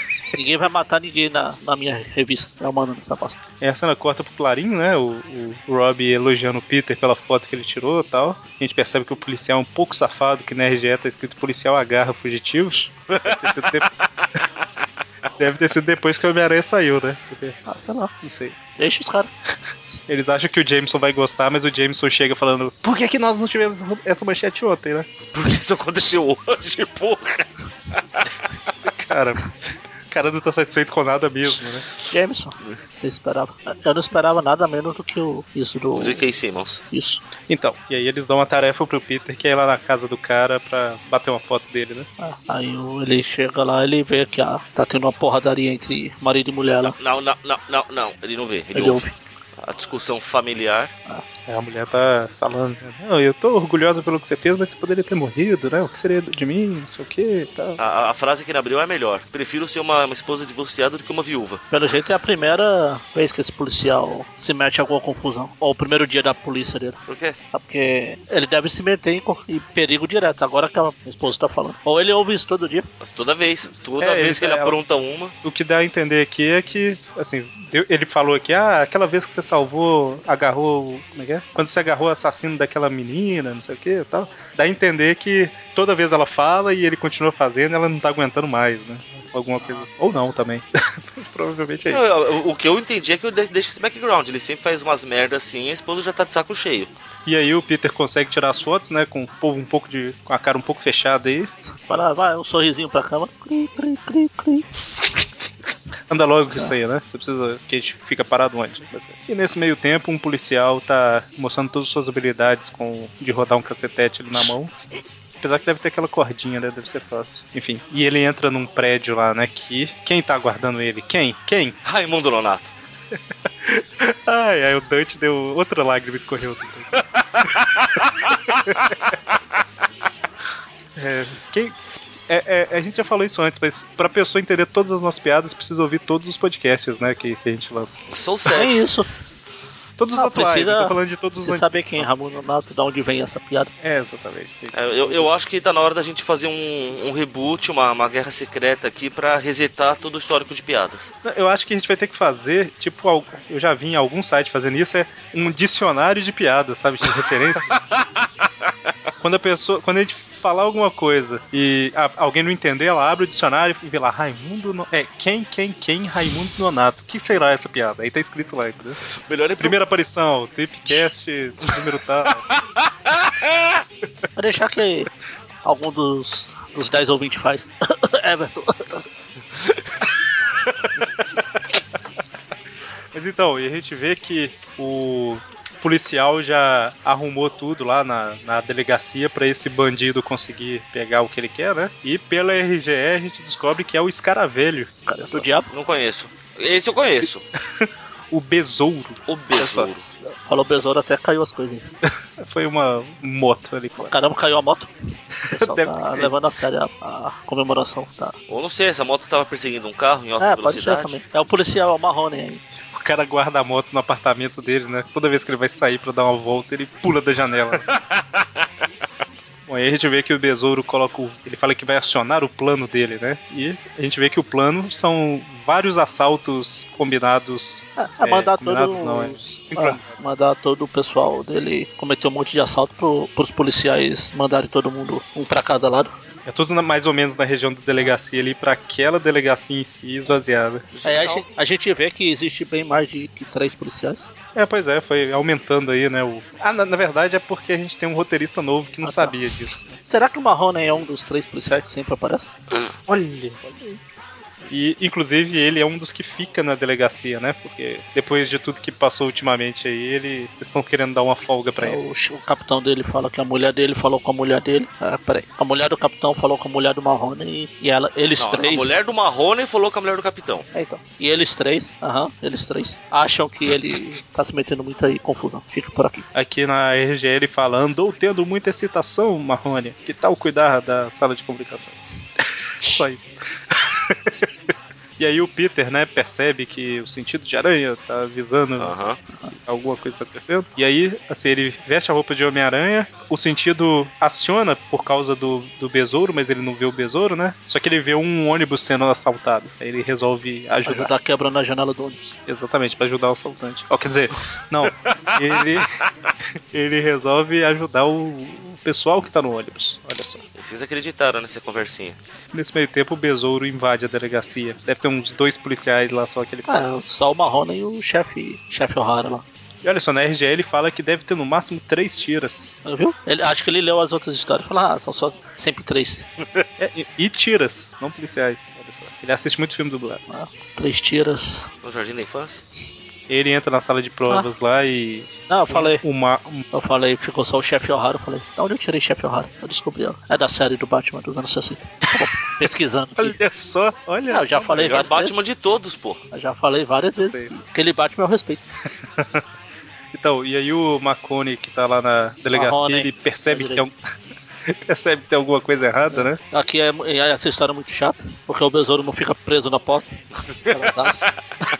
S2: Claro. ninguém vai matar ninguém na, na minha revista. É o mano nessa pasta.
S1: E a cena corta pro Clarim, né? O, o Rob elogiando o Peter pela foto que ele tirou e tal. A gente percebe que o policial é um pouco safado, que na RGE tá escrito policial agarra fugitivos. Deve ter sido, tempo... Deve ter sido depois que o Homem-Aranha saiu, né? Porque,
S2: Ah, sei lá.
S1: não sei.
S2: Deixa os caras.
S1: Eles acham que o Jameson vai gostar, mas o Jameson chega falando: Por que, que nós não tivemos essa manchete ontem, né?
S3: Porque isso aconteceu hoje, porra.
S1: Cara, o cara não tá satisfeito com nada mesmo, né?
S2: Jameson, você esperava. Eu não esperava nada menos do que o. Isso do.
S3: J.K. Simmons.
S2: Isso.
S1: Então, e aí eles dão uma tarefa pro Peter que é ir lá na casa do cara pra bater uma foto dele, né?
S2: Ah, Aí o- ele chega lá, ele vê que ah, tá tendo uma porradaria entre marido e mulher lá.
S3: Não, não, não, não, não. Ele não vê, ele,
S2: Ele
S3: ouve. A discussão familiar.
S1: Aí a mulher tá falando: Não, eu tô orgulhosa pelo que você fez, mas você poderia ter morrido, né? O que seria de mim, não sei o que e tal.
S3: A, a- a frase que ele abriu é a melhor. Prefiro ser uma, uma esposa divorciada do que uma viúva.
S2: Pelo jeito é a primeira vez que esse policial se mete em alguma confusão. Ou o primeiro dia da polícia dele.
S3: Por quê?
S2: É Porque ele deve se meter em, co- em perigo direto, agora que a esposa tá falando. Ou ele ouve isso todo dia.
S3: Toda vez. Toda
S1: É,
S3: vez
S1: isso
S3: que ele
S1: é,
S3: apronta uma.
S1: O que dá a entender aqui é que, assim, deu- ele falou aqui, ah, aquela vez que você salvou, agarrou, o- como é que é? Quando você agarrou o assassino daquela menina, não sei o que e tal. Dá a entender que toda vez ela fala e ele continua fazendo ela não tá aguentando mais, né? Alguma coisa assim. Ou não também. Mas provavelmente é isso.
S3: Não, O, o que eu entendi é que eu de- deixo esse background. Ele sempre faz umas merdas assim e a esposa já tá de saco cheio.
S1: E aí o Peter consegue tirar as fotos, né? Com o povo um pouco de. com a cara um pouco fechada aí.
S2: Fala, vai, um sorrisinho pra câmera. Cri, cri, cri, cri.
S1: Anda logo com isso aí, né? Você precisa que a gente fica parado onde? E nesse meio tempo, um policial tá mostrando todas as suas habilidades com de rodar um cacetete ali na mão. Apesar que deve ter aquela cordinha, né? Deve ser fácil. Enfim, e ele entra num prédio lá, né? Que quem tá aguardando ele? Quem? Quem?
S3: Raimundo Nonato.
S1: Ai, aí o Dante deu outra lágrima e escorreu. do Dante. é, quem- é, é, a gente já falou isso antes, mas pra pessoa entender todas as nossas piadas, precisa ouvir todos os podcasts, né? Que, que a gente lança.
S3: Sou
S2: É
S3: sério.
S2: isso.
S1: Todos os
S2: Ah,
S1: atuais,
S2: precisa-
S1: eu tô falando de todos os
S2: Você
S1: antigos.
S2: sabe quem é Ramon Nonato, de onde vem essa piada?
S1: É, exatamente. Tem-
S3: É, Eu, eu acho que tá na hora da gente fazer um, um reboot, uma, uma guerra secreta aqui pra resetar todo o histórico de piadas.
S1: Eu acho que a gente vai ter que fazer, tipo, al- eu já vi em algum site fazendo isso, é um dicionário de piadas, sabe, de referências. quando a pessoa, quando a gente falar alguma coisa e a- alguém não entender, ela abre o dicionário e vê lá Raimundo, no... é quem, quem, quem, Raimundo Nonato. O que será essa piada? Aí tá escrito lá, entendeu?
S3: Melhor é primeiro.
S1: Primeira aparição, Tripcast, número tal.
S2: Vai deixar que algum dos, dos 10 ou 20 faz. Everton.
S1: Mas então, e a gente vê que o policial já arrumou tudo lá na, na delegacia pra esse bandido conseguir pegar o que ele quer, né? E pela RGE a gente descobre que é o escaravelho,
S2: Cara do diabo.
S3: Não conheço. Esse eu conheço.
S1: o besouro.
S3: O besouro.
S2: Falou besouro, até caiu as coisas aí.
S1: Foi uma moto ali, claro.
S2: Caramba, caiu a moto. O pessoal
S1: Deve
S2: tá
S1: ter caído.
S2: levando a sério a, a comemoração. Tá.
S3: Ou não sei, essa moto tava perseguindo um carro em alta
S2: É, pode ser
S3: velocidade.
S2: também. É o policial, é o Marrone aí.
S1: O cara guarda a moto no apartamento dele, né? Toda vez que ele vai sair pra dar uma volta, ele pula da janela. Bom, aí a gente vê que o besouro coloca. o- Ele fala que vai acionar o plano dele, né? E a gente vê que o plano são vários assaltos combinados
S2: É, é mandar
S1: combinados
S2: todo
S1: não, é
S2: os-
S1: sincronizados.
S2: é, mandar todo o pessoal dele cometer um monte de assalto pro, pros policiais mandarem todo mundo um pra cada lado.
S1: É tudo na- mais ou menos na região da delegacia ali, pra aquela delegacia em si esvaziada.
S2: Aí É, a gente, a gente vê que existe bem mais de que três policiais.
S1: É, pois é, foi aumentando aí, né? O... Ah, na, na verdade é porque a gente tem um roteirista novo que não
S2: Ah, tá.
S1: sabia disso.
S2: Será que o Marrone é um dos três policiais que sempre aparece?
S1: Olha! E, inclusive, ele é um dos que fica na delegacia, né? Porque depois de tudo que passou ultimamente aí, ele... eles estão querendo dar uma folga pra ele.
S2: É, O, ch- o capitão dele fala que a mulher dele falou com a mulher dele. Ah, peraí. A mulher do capitão falou com a mulher do Marrone e, e ela, eles
S3: Não,
S2: três.
S3: a mulher do Marrone falou com a mulher do capitão.
S2: É, então. E eles três, aham, eles três, acham que ele tá se metendo muito aí, em confusão. Fica por aqui.
S1: Aqui na RGE ele fala: andou tendo muita excitação, Marrone. Que tal cuidar da sala de comunicação? Só isso. E aí o Peter, né, percebe que o sentido de aranha tá avisando
S3: Aham.
S1: alguma coisa tá acontecendo. E aí, assim, ele veste a roupa de Homem-Aranha, o sentido aciona por causa do, do besouro, mas ele não vê o besouro, né? Só que ele vê um ônibus sendo assaltado. Aí ele resolve ajudar.
S2: Ajudar quebrando a janela do ônibus.
S1: Exatamente, pra ajudar o assaltante. Ó, quer dizer, não, ele, ele resolve ajudar o, pessoal que tá no ônibus. Olha só.
S3: Vocês acreditaram nessa conversinha.
S1: Nesse meio tempo, o Besouro invade a delegacia. Deve ter uns dois policiais lá só que ele tá.
S2: É, só o Marrone e o chefe chefe O'Hara lá.
S1: E olha só, na RGE ele fala que deve ter no máximo três tiras.
S2: Viu? Ele, acho que ele leu as outras histórias e falou, ah, são só sempre três.
S1: É, e, e tiras, não policiais. Olha só. Ele assiste muito filme dublado.
S2: Ah, três tiras.
S3: No Jardim da Infância?
S1: Ele entra na sala de provas lá e.
S2: Não, eu falei.
S1: O ma-
S2: Eu falei, ficou só o chefe O'Hara, eu falei, da onde eu tirei chefe O'Hara? Eu descobri, ó, é da série do Batman dos anos 60. Tá bom, Pesquisando. aqui.
S1: Olha é só, olha
S2: Ah, eu já
S1: só.
S2: falei
S3: Melhor
S2: várias
S3: Batman
S2: vezes.
S3: de todos, pô.
S2: Eu já falei várias vezes.
S1: sei.
S2: que Aquele Batman eu respeito.
S1: Então, e aí o Macone que tá lá na delegacia,
S2: Marrone.
S1: ele percebe que tem um... percebe que tem alguma coisa errada, né?
S2: Aqui é, é- essa história é muito chata, porque o besouro não fica preso na porta. Abraçaço.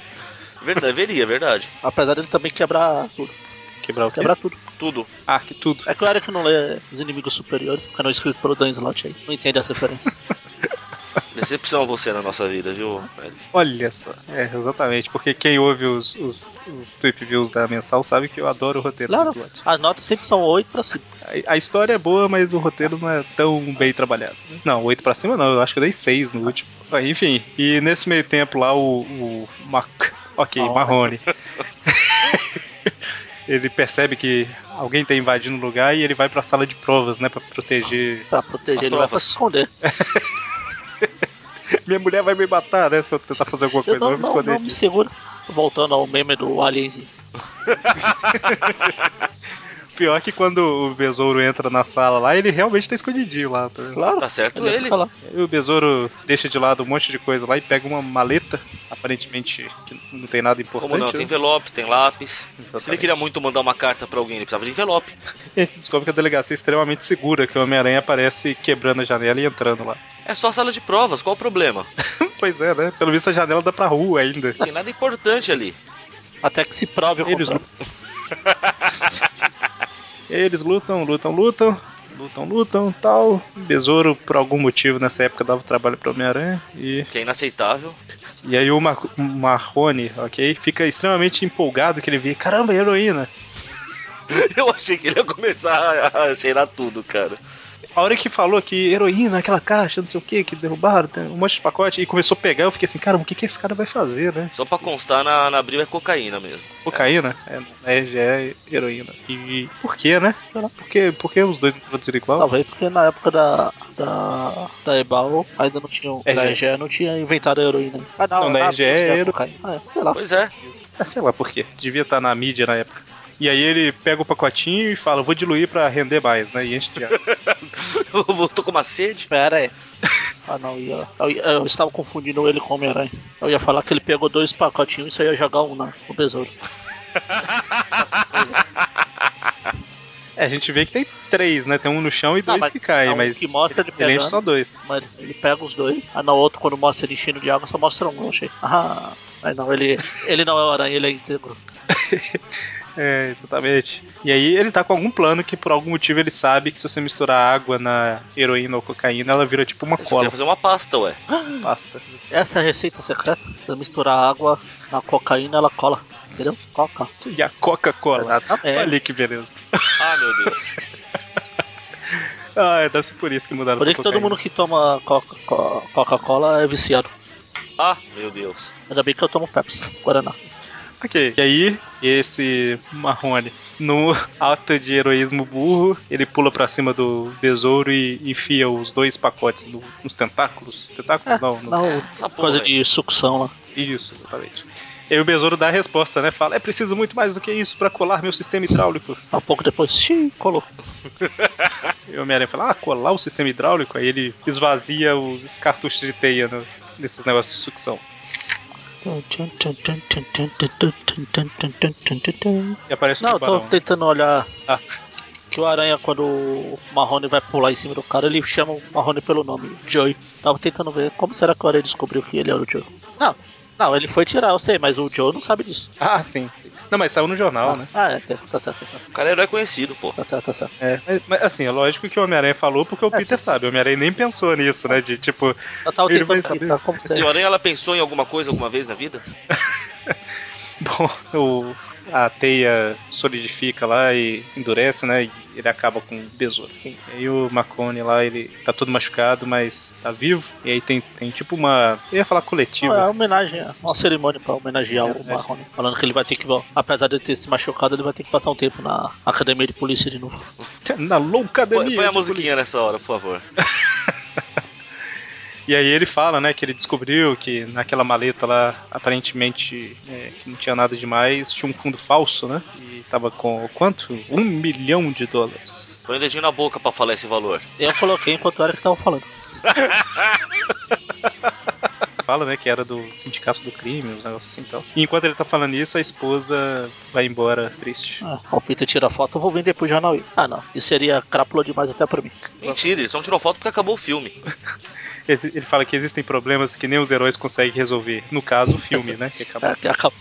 S3: Verdade, deveria, é verdade.
S2: Apesar dele também quebrar tudo.
S1: Quebrar o quê?
S2: Quebrar tudo.
S3: Tudo.
S1: Ah, que tudo.
S2: É claro que não lê os inimigos superiores, porque não é escrito pelo Dan Slott aí. Não entende essa referência.
S3: Decepção você na nossa vida, viu?
S1: Ah,
S3: Eric?
S1: Olha só. É, exatamente. Porque quem ouve os, os, os Trip Views da mensal sabe que eu adoro o roteiro
S2: Claro,
S1: do slot.
S2: as notas sempre são 8 pra cima.
S1: A, a história é boa, mas o roteiro não é tão bem trabalhado. Não, oito pra cima não, eu acho que eu dei seis no último. Ah, Enfim, e nesse meio tempo lá o. o Mac... Ok, Marrone.
S2: Marrone.
S1: ele percebe que alguém tá invadindo o lugar e ele vai pra sala de provas, né? Pra proteger.
S2: Pra
S3: As
S2: proteger ele, vai pra
S3: provas.
S2: se esconder.
S1: Minha mulher vai me matar, né? Se eu tentar fazer alguma
S2: Eu
S1: coisa, eu
S2: não,
S1: vou me
S2: não,
S1: esconder
S2: não me
S1: disso.
S2: seguro. Voltando ao meme do Alienzinho.
S1: Pior que quando o besouro entra na sala lá, ele realmente tá escondidinho lá. Tá vendo?
S2: Claro.
S3: Tá certo
S2: Ele,
S3: ele.
S2: tá lá.
S1: E o besouro deixa de lado um monte de coisa lá e pega uma maleta, aparentemente que não tem nada importante.
S3: Como não? Tem
S1: né?
S3: envelope, tem lápis.
S1: Exatamente.
S3: Se ele queria muito mandar uma carta pra alguém, ele precisava de envelope.
S1: Ele descobre que a delegacia é extremamente segura, que o Homem-Aranha aparece quebrando a janela e entrando lá.
S3: É só sala de provas, qual o problema?
S1: pois é, né? Pelo visto a janela dá pra rua ainda.
S3: Não tem nada importante ali.
S2: Até que se prove o
S1: Eles
S2: contrário.
S1: Eles lutam, lutam, lutam, lutam, lutam, tal. O besouro, por algum motivo, nessa época dava trabalho pro Homem-Aranha e
S3: Que é inaceitável.
S1: E aí o Mar Marrone, ok, fica extremamente empolgado que ele vê, caramba, é heroína.
S3: Eu achei que ele ia começar a, a cheirar tudo, cara.
S1: A hora que falou que heroína, aquela caixa, não sei o que, que derrubaram, tem um monte de pacote, e começou a pegar, eu fiquei assim, cara, o que, que esse cara vai fazer, né?
S3: Só pra constar, na, na abril é cocaína mesmo.
S1: Cocaína? É, na RGE é heroína. E por quê, né? Sei lá, por que, por que os dois introduziram igual?
S2: Talvez porque na época da, da, da Ebal ainda não tinha.
S1: É,
S2: da
S1: já.
S2: EGE não tinha inventado a heroína. Ah,
S1: Não, da EGE
S2: tinha
S1: era-
S2: cocaína. Ah, é, sei lá.
S3: Pois é.
S1: É, sei lá por quê. Devia estar na mídia na época. E aí ele pega o pacotinho e fala, vou diluir pra render mais, né? E enche de água.
S3: Eu vou- tô com uma sede.
S2: Pera
S1: é.
S2: aí. Ah não, ia, eu, ia- eu estava confundindo ele com o Homem-Aranha. Eu ia falar que ele pegou dois pacotinhos e só ia jogar um na, no besouro.
S1: É, a gente vê que tem três, né? Tem um no chão e
S2: Não,
S1: dois
S2: mas
S1: que caem,
S2: é um
S1: mas
S2: que mostra ele
S1: ele enche
S2: pegando.
S1: só dois.
S2: Mas ele pega os dois. Ah não, o outro quando mostra ele enchendo de água só mostra um, eu achei. Ah, mas não, ele, ele não é o aranha, ele é íntegro.
S1: É, exatamente. E aí ele tá com algum plano que por algum motivo ele sabe que se você misturar água na heroína ou cocaína, ela vira tipo uma
S3: Eu só queria
S1: cola,
S3: fazer uma pasta, ué.
S1: pasta.
S2: Essa é a receita secreta. Você misturar água na cocaína, ela cola. Entendeu? Coca. É,
S1: E a Coca-Cola.
S2: Exatamente.
S1: Olha que beleza.
S3: Ah, meu Deus.
S1: Ah, deve ser por isso que mudaram
S2: Por
S1: pra
S2: isso que todo
S1: cocaína.
S2: mundo que toma Coca- Co- Coca-Cola é viciado.
S3: Ah, meu Deus.
S2: Ainda bem que eu tomo Pepsi, Guaraná.
S1: Ok. E aí, esse Marrone, no ato de heroísmo burro, ele pula pra cima do besouro e enfia os dois pacotes no- nos tentáculos. Tentáculos? não, no-
S2: Ah, Não,
S3: Essa porra.
S2: coisa
S3: aí.
S2: É, de sucção lá.
S1: Isso, exatamente. E aí o besouro dá a resposta, né? Fala, é preciso muito mais do que isso pra colar meu sistema hidráulico.
S2: Um pouco depois, xiii, colou.
S1: E o Homem-Aranha fala, ah, colar o sistema hidráulico, aí ele esvazia os cartuchos de teia no- nesses negócios de sucção. E aparece o
S2: Não, eu
S1: tubarão. né?
S2: tô tentando olhar
S1: Ah.
S2: que o Aranha, quando o Marrone vai pular em cima do cara, ele chama o Marrone pelo nome, Joey. Tava tentando ver como será que o Aranha descobriu que ele era o Joey. Não, não, ele foi tirar, eu sei, mas o Joe não sabe disso.
S1: Ah, sim, sim. Não, mas saiu no jornal, né?
S2: Ah, é, tá certo, tá certo,
S3: O cara é herói conhecido, pô.
S2: tá certo, tá certo.
S1: É, mas, mas, assim, é lógico que o Homem-Aranha falou porque o Peter
S2: É, sim, sim.
S1: sabe. O Homem-Aranha nem pensou nisso, né? De tipo,
S2: Eu tava
S1: Ele vai
S2: tentando
S1: saber.
S2: pensar como será.
S3: E o Aranha, ela pensou em alguma coisa alguma vez na vida?
S1: bom, o, a teia solidifica lá e endurece, né? E ele acaba com o besouro.
S2: Sim.
S1: E aí o Macone lá, ele tá todo machucado, mas tá vivo. E aí tem, tem tipo uma. Eu ia falar coletiva.
S2: É uma homenagem, é uma cerimônia pra homenagear
S1: É
S2: o
S1: verdade.
S2: Marrone. Falando que ele vai ter que, apesar de ter se machucado, ele vai ter que passar um tempo na academia de polícia de novo. é?
S1: Na loucademia.
S3: Põe, põe a
S1: de
S3: musiquinha né? nessa hora, por favor.
S1: E aí ele fala, né, que ele descobriu que naquela maleta lá, aparentemente, é, que não tinha nada demais, tinha um fundo falso, né? E tava com quanto? Um milhão de dólares.
S3: Põe o dedinho na boca pra falar esse valor.
S2: Eu coloquei enquanto o Eric tava falando.
S1: Fala, né, que era do sindicato do crime, uns negócios assim e tal. E enquanto ele tá falando isso, a esposa vai embora triste.
S2: Ah, o Peter tira a foto, eu vou vir depois do jornal. Ah, não. Isso seria crápula demais até pra mim.
S3: Mentira, ele só não tirou foto porque acabou o filme.
S1: Ele, ele fala que existem problemas que nem os heróis conseguem resolver. No caso, o filme, né? Que acabou.
S2: É, que acaba-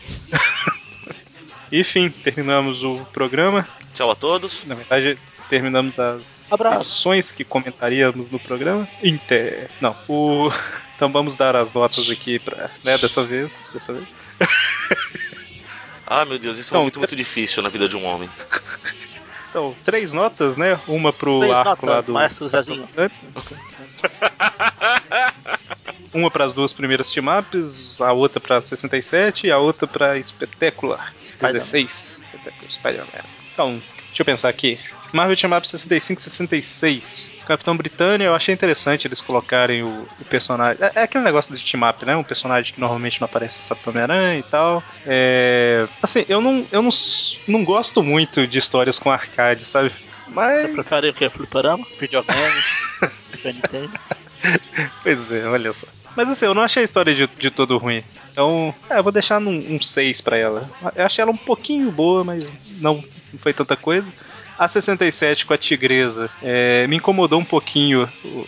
S1: Enfim, terminamos o programa.
S3: Tchau a todos.
S1: Na verdade, terminamos as
S2: Abraço.
S1: edições que comentaríamos no programa. Inter. Não, o. Então vamos dar as notas aqui pra. Né, dessa vez. Dessa vez.
S3: Ah, meu Deus, isso
S1: Não,
S3: é muito,
S1: tá-
S3: muito difícil na vida de um homem.
S1: Então, três notas, né? Uma pro
S2: Três
S1: arco
S2: notas,
S1: lá do.
S2: maestro Zezinho.
S1: Uma pras duas primeiras team-ups, a outra pra 67 e a outra pra Espetacular.
S2: Spider-Man.
S1: 16. Spectacular Spider-Man. Então, deixa eu pensar aqui. Marvel Team Up 65 66. Capitão Britânia, eu achei interessante eles colocarem o, o personagem. É, é aquele negócio de team up, né? Um personagem que normalmente não aparece só pro Homem-Aranha e tal. É, assim, eu não, eu não, s- não gosto muito de histórias com arcade, sabe?
S2: Você
S1: Mas.
S2: prefere o que? é Fliperama? Videogame? Super Nintendo?
S1: Pois é, olha só. Mas assim, eu não achei a história de, de todo ruim. Então, é, eu vou deixar num, um 6 pra ela. Eu achei ela um pouquinho boa, mas não, não foi tanta coisa. A 67 com a tigresa é, me incomodou um pouquinho. O-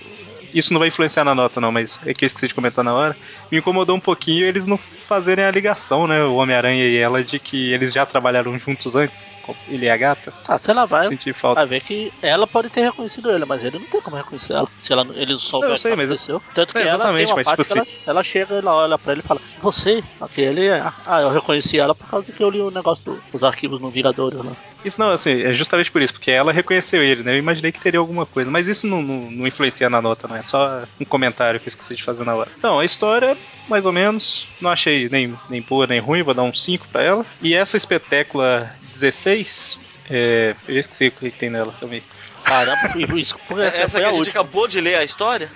S1: Isso não vai influenciar na nota, não, mas é que eu esqueci de comentar na hora. Me incomodou um pouquinho eles não fazerem a ligação, né? O Homem-Aranha e ela, de que eles já trabalharam juntos antes. Ele e a gata.
S2: Ah, sei lá, vai.
S1: Senti falta.
S2: Vai ver que ela pode ter reconhecido ele, mas ele não tem como reconhecer ela. Se ela, ele não souber
S1: Não, eu sei,
S2: o que
S1: mas-
S2: aconteceu. Tanto que
S1: É,
S2: ela tem
S1: exatamente,
S2: uma
S1: mas,
S2: parte
S1: tipo
S2: que ela, ela chega, ela olha pra ele e fala, você? Aquele é. Ah, eu reconheci ela por causa que eu li o negócio dos arquivos no Vingadores lá.
S1: Isso não, assim, é justamente por isso, porque ela reconheceu ele, né? Eu imaginei que teria alguma coisa, mas isso não, não, não influencia na nota, não é só um comentário que eu esqueci de fazer na hora. Então, a história, mais ou menos, não achei nem, nem boa nem ruim, vou dar um 5 pra ela. E essa espetácula 16, é, eu esqueci o que tem nela também.
S2: Caramba, e isso porque É, essa,
S3: Essa
S2: foi
S3: que
S2: a,
S3: a gente
S2: última.
S3: acabou de ler a história?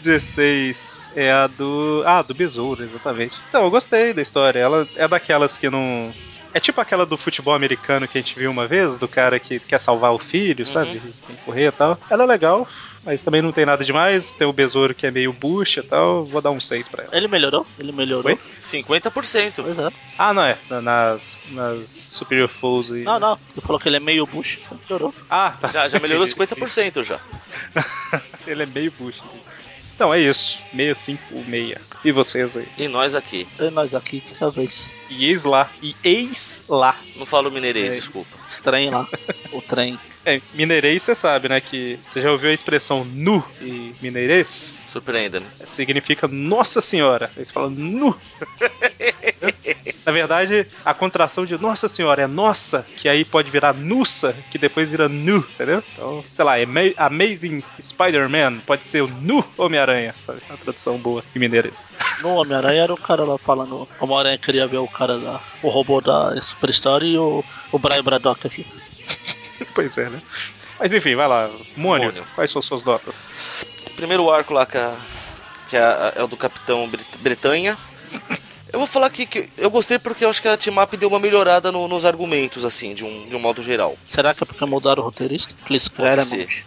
S1: 16 é a do. Ah, do Besouro, exatamente. Então, eu gostei da história. Ela é daquelas que não. É tipo aquela do futebol americano que a gente viu uma vez, do cara que quer salvar o filho,
S2: Uhum.
S1: sabe? Tem que correr e tal. Ela é legal, mas também não tem nada demais. Tem o besouro que é meio bucha e tal. Vou dar um 6 pra ela.
S2: Ele melhorou? Ele melhorou?
S1: Oi?
S3: 50%.
S2: Pois é.
S1: Ah, não, é. Na- Nas, nas Superior Foes e.
S2: Não, não. Você falou que ele é meio bucho. ele Melhorou.
S1: Ah, tá.
S3: Já, já melhorou
S1: Entendi.
S3: 50% já.
S1: Ele é meio bucha. Então é isso. 65 E vocês aí?
S3: E nós aqui.
S2: E nós aqui, talvez.
S1: E eis lá. E eis lá.
S3: Não falo mineirês,
S1: É.
S3: desculpa.
S2: Trem lá. o trem.
S1: É, mineirês você sabe, né? Que você já ouviu a expressão nu e mineirês?
S3: Surpreenda-me.
S1: Significa Nossa Senhora. Eles falam nu. Na verdade, a contração de Nossa Senhora é nossa, que aí pode virar nussa, que depois vira nu, entendeu? Então, sei lá, Ama- Amazing Spider-Man pode ser o nu Homem-Aranha, sabe? É Uma tradução boa em mineirês.
S2: No Homem-Aranha era o cara lá falando. O Homem-Aranha queria ver o cara da. O robô da Superstore e o, o Brian Braddock aqui.
S1: pois é, né? Mas enfim, vai lá. Mônio,
S3: Mônio.
S1: quais são suas notas?
S3: Primeiro arco lá que, a- que a- é o do Capitão Brit- Bretanha. Eu vou falar aqui que eu gostei porque eu acho que a Team Up deu uma melhorada no- nos argumentos, assim, de um, de um modo geral.
S2: Será que é porque mudaram o roteirista? Chris Claremont.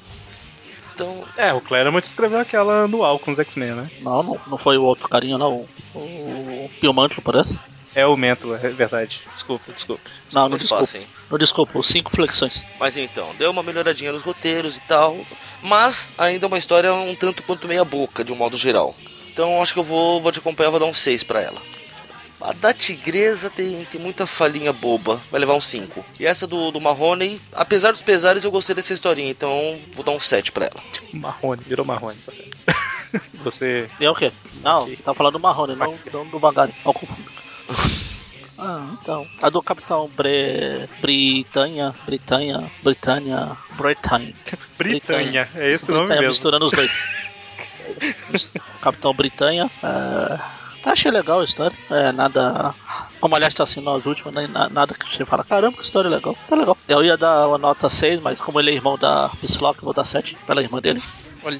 S3: Então,
S1: É, o Claremont escreveu aquela anual com os X-Men, né?
S2: Não, não, não foi o outro carinha lá, o. O Pio Mantlo, parece?
S1: É o Mento, é verdade. Desculpa, desculpa.
S2: Ah, Não, não
S3: eles
S2: desculpa.
S3: passem.
S2: Não desculpa, os cinco flexões.
S3: Mas então, deu uma melhoradinha nos roteiros e tal. Mas ainda é uma história um tanto quanto meia boca, de um modo geral. Então eu acho que eu vou, vou te acompanhar, vou dar um 6 pra ela. A da Tigresa tem, tem muita falinha boba, vai levar um 5. E essa do, do Marrone, apesar dos pesares, eu gostei dessa historinha, então vou dar um 7 pra ela.
S1: Marrone, virou Marrone, tá certo. Você.
S2: E é o quê? Não,
S1: Ok.
S2: você tá falando do Marrone, não, não do Magari. Ó, confundo. Ah, então. A do Capitão Bre... Britanha. Britanha. Britânia. Britannia.
S1: Britânia, é esse o nome
S2: Britannia,
S1: mesmo.
S2: misturando os dois. Capitão Britânia. é, tá, achei legal a história. É, nada. Como aliás tá sendo as últimas, né, na- nada que você fala. Caramba, que história legal. Tá legal. Eu ia dar uma nota 6, mas como ele é irmão da Psylocke, eu vou dar 7 pela irmã dele.
S5: Olha,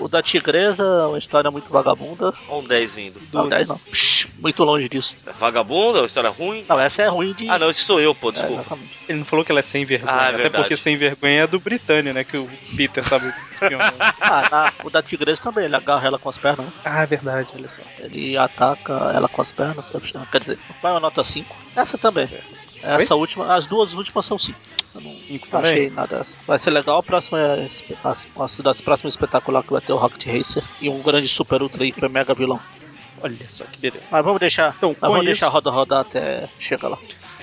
S2: O da Tigresa é uma história muito vagabunda.
S3: Olha um 10 vindo.
S2: Não, 10 não. Psh, muito longe disso.
S3: É Vagabunda, uma história ruim.
S2: Não, essa é ruim de.
S3: Ah, não, esse sou eu, pô,
S2: É,
S3: desculpa.
S2: exatamente.
S1: Ele não falou que ela é sem vergonha,
S3: Ah, é
S1: até
S3: verdade.
S1: porque sem vergonha é do Britânia, né? Que o Peter sabe espionar.
S2: Ah, na- o da Tigresa também, ele agarra ela com as pernas. né?
S1: ah, é verdade, olha só.
S2: Ele ataca ela com as pernas, sabe? quer dizer, vai uma nota 5. Essa também.
S1: Certo.
S2: Essa última, as duas últimas são 5. Eu não
S1: Cinco também?
S2: achei nada dessa. Vai ser legal, a próxima é espe- as, as, das próximas espetacular que vai ter o Rocket Racer e um grande super ultra hiper mega vilão.
S1: Olha só que beleza.
S2: Mas vamos deixar,
S1: Então,
S2: mas
S1: com
S2: vamos
S1: isso-
S2: deixar a roda rodar até chegar lá.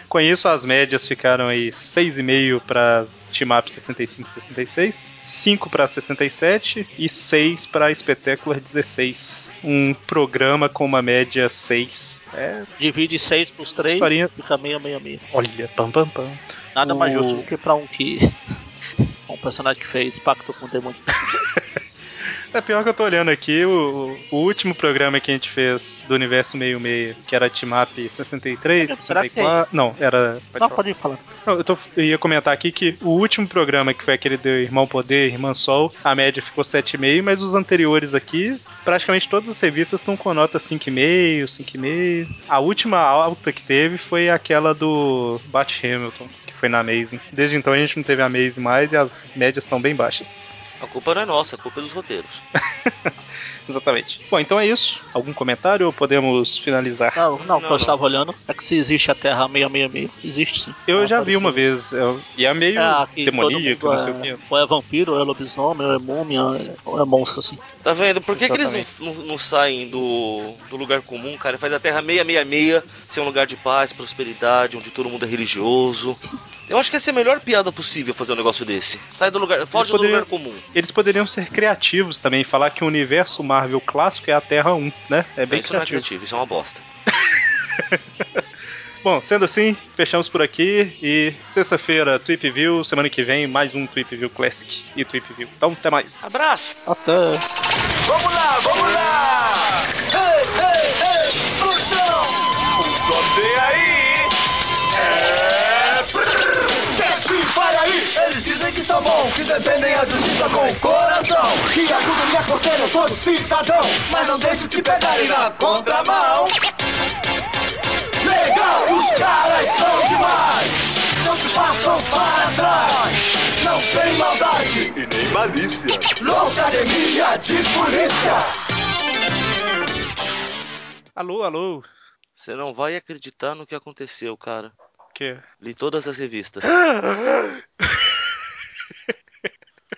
S1: Com isso, as médias ficaram aí 6,5 para as Timap 65 66, 5 para 67 e 6 para Spectacular 16. Um programa com uma média 6. É,
S2: Divide 6 pros 3,
S1: Historinha-
S2: fica meio, meio, meio.
S1: olha, pam pam pam.
S2: Nada mais
S1: O-
S2: justo do que pra um que. um personagem que fez pacto com o demônio.
S1: É pior que eu tô olhando aqui, o, o último programa que a gente fez do universo 66, que era Timap 63,
S2: Será que tem?
S1: 64. Não, era. falar.
S2: Não, pode falar.
S1: Não, eu, tô- eu ia comentar aqui que o último programa, que foi aquele do Irmão Poder, Irmã Sol, a média ficou 7,5, mas os anteriores aqui, praticamente todas as revistas estão com nota 5,5, 5,5. A última alta que teve foi aquela do Bat Hamilton, que foi na Amazing. Desde então a gente não teve a Amazing mais e as médias estão bem baixas.
S3: A culpa não é nossa, a culpa é dos roteiros.
S1: Exatamente. Bom, então é isso. Algum comentário ou podemos finalizar?
S2: Não, não, que
S3: não.
S2: eu estava olhando. É que se existe a Terra 666, existe sim.
S1: Eu
S2: Ela
S1: já vi
S2: apareceu.
S1: uma vez, eu- e é meio
S2: É, que
S1: demoníaco,
S2: todo
S1: não
S2: mundo
S1: sei o quê.
S2: Ou é vampiro, ou é lobisomem, ou é múmia, ou é monstro, assim.
S3: Tá vendo? Por que, que eles não, não- não saem do, do lugar comum, cara? Faz a Terra 666 ser um lugar de paz, prosperidade, onde todo mundo é religioso. Eu acho que essa é a melhor piada possível fazer um negócio desse. Sai do lugar, foge
S1: poderiam-
S3: do lugar comum.
S1: Eles poderiam ser criativos também, falar que o universo Marvel clássico é a Terra 1, né? É bem
S3: isso não é
S1: criativo.
S3: criativo, isso é uma bosta.
S1: Bom, sendo assim, fechamos por aqui e sexta-feira, Tweep View, semana que vem, mais um Tweep View Classic e Tweep View. Então, até mais.
S3: Abraço!
S2: Até.
S6: Vamos lá, vamos lá! Ei, ei, ei, curtão! Sobe aí! É... brrr, Desce e vai aí! Eles dizem que são bons, que defendem a justiça com o coração Que ajudam e aconselham todo cidadão Mas não deixam te pegarem na contramão Legal, os caras são demais Não se passam para trás Não tem maldade e nem malícia Loucademia de polícia
S1: Alô, alô.
S3: Você não vai acreditar no que aconteceu, cara.
S1: Que?
S3: Li todas as revistas.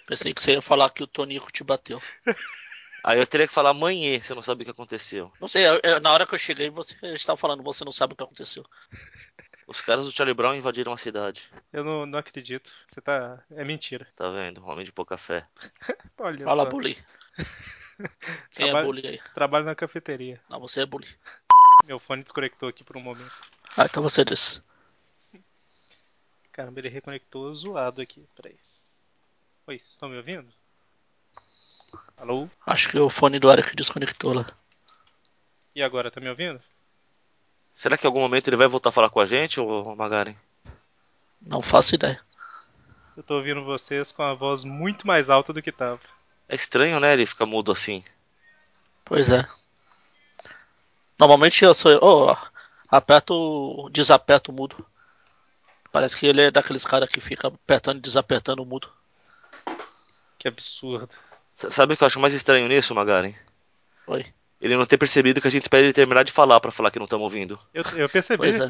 S2: Pensei que você ia falar que o Tonico te bateu.
S3: Aí eu teria que falar amanhã, você não sabe o que aconteceu.
S2: Não sei, eu- eu- na hora que eu cheguei, você estava falando, você não sabe o que aconteceu.
S3: Os caras do Charlie Brown invadiram a cidade.
S1: Eu não, não acredito. Você tá. É mentira.
S3: Tá vendo? Homem de pouca fé.
S1: Olha
S2: Fala,
S1: só.
S2: bully. Quem é
S1: Trabalho-
S2: bully aí?
S1: Trabalho na cafeteria.
S2: Não, você é bully.
S1: Meu fone desconectou aqui por um momento.
S2: Ah, então você desce.
S1: Caramba, ele reconectou zoado aqui. Peraí. Oi, vocês estão me ouvindo? Alô?
S2: Acho que o fone do Eric desconectou lá.
S1: E agora, tá me ouvindo?
S3: Será que em algum momento ele vai voltar a falar com a gente, ô Magaren?
S2: Não faço ideia.
S1: Eu tô ouvindo vocês com a voz muito mais alta do que tava.
S3: É estranho, né? Ele ficar mudo assim.
S2: Pois é. Normalmente eu sou. Oh, aperto. Desaperto o mudo. Parece que ele é daqueles caras que fica apertando e desapertando o mudo.
S1: Que absurdo.
S3: S- sabe o que eu acho mais estranho nisso, Magaren?
S2: Oi.
S3: Ele não ter percebido que a gente espera ele terminar de falar pra falar que não estamos ouvindo.
S1: Eu, eu percebi.
S2: Pois é.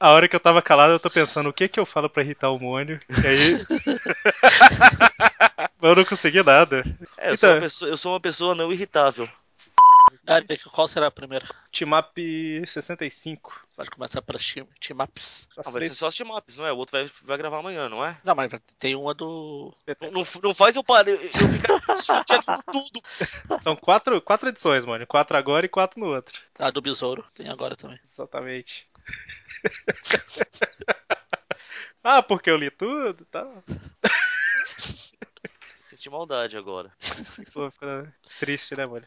S1: A hora que eu tava calado, eu tô pensando o que que eu falo pra irritar o Mônio. E aí. eu não consegui nada.
S3: É, eu,
S1: Então-
S3: É, sou uma pessoa, eu sou uma pessoa não irritável. Ah,
S2: É, Eric, qual será a primeira?
S1: Timap 65.
S2: Pode começar pelas team, team Ups.
S1: As
S3: Não, vai
S1: três
S3: ser só as team-ups, não é? O outro vai, vai gravar amanhã, não é?
S2: Não, mas tem uma do.
S3: Não,
S1: espetáculos.
S3: não, não faz eu parar. Eu, eu ficar discutindo aquilo tudo.
S1: São quatro, quatro edições, mano. Quatro agora e quatro no outro.
S2: A do Besouro, tem agora também.
S1: Exatamente. ah, porque eu li tudo e tal.
S3: Senti maldade agora.
S1: Pô, fica triste, né, mano?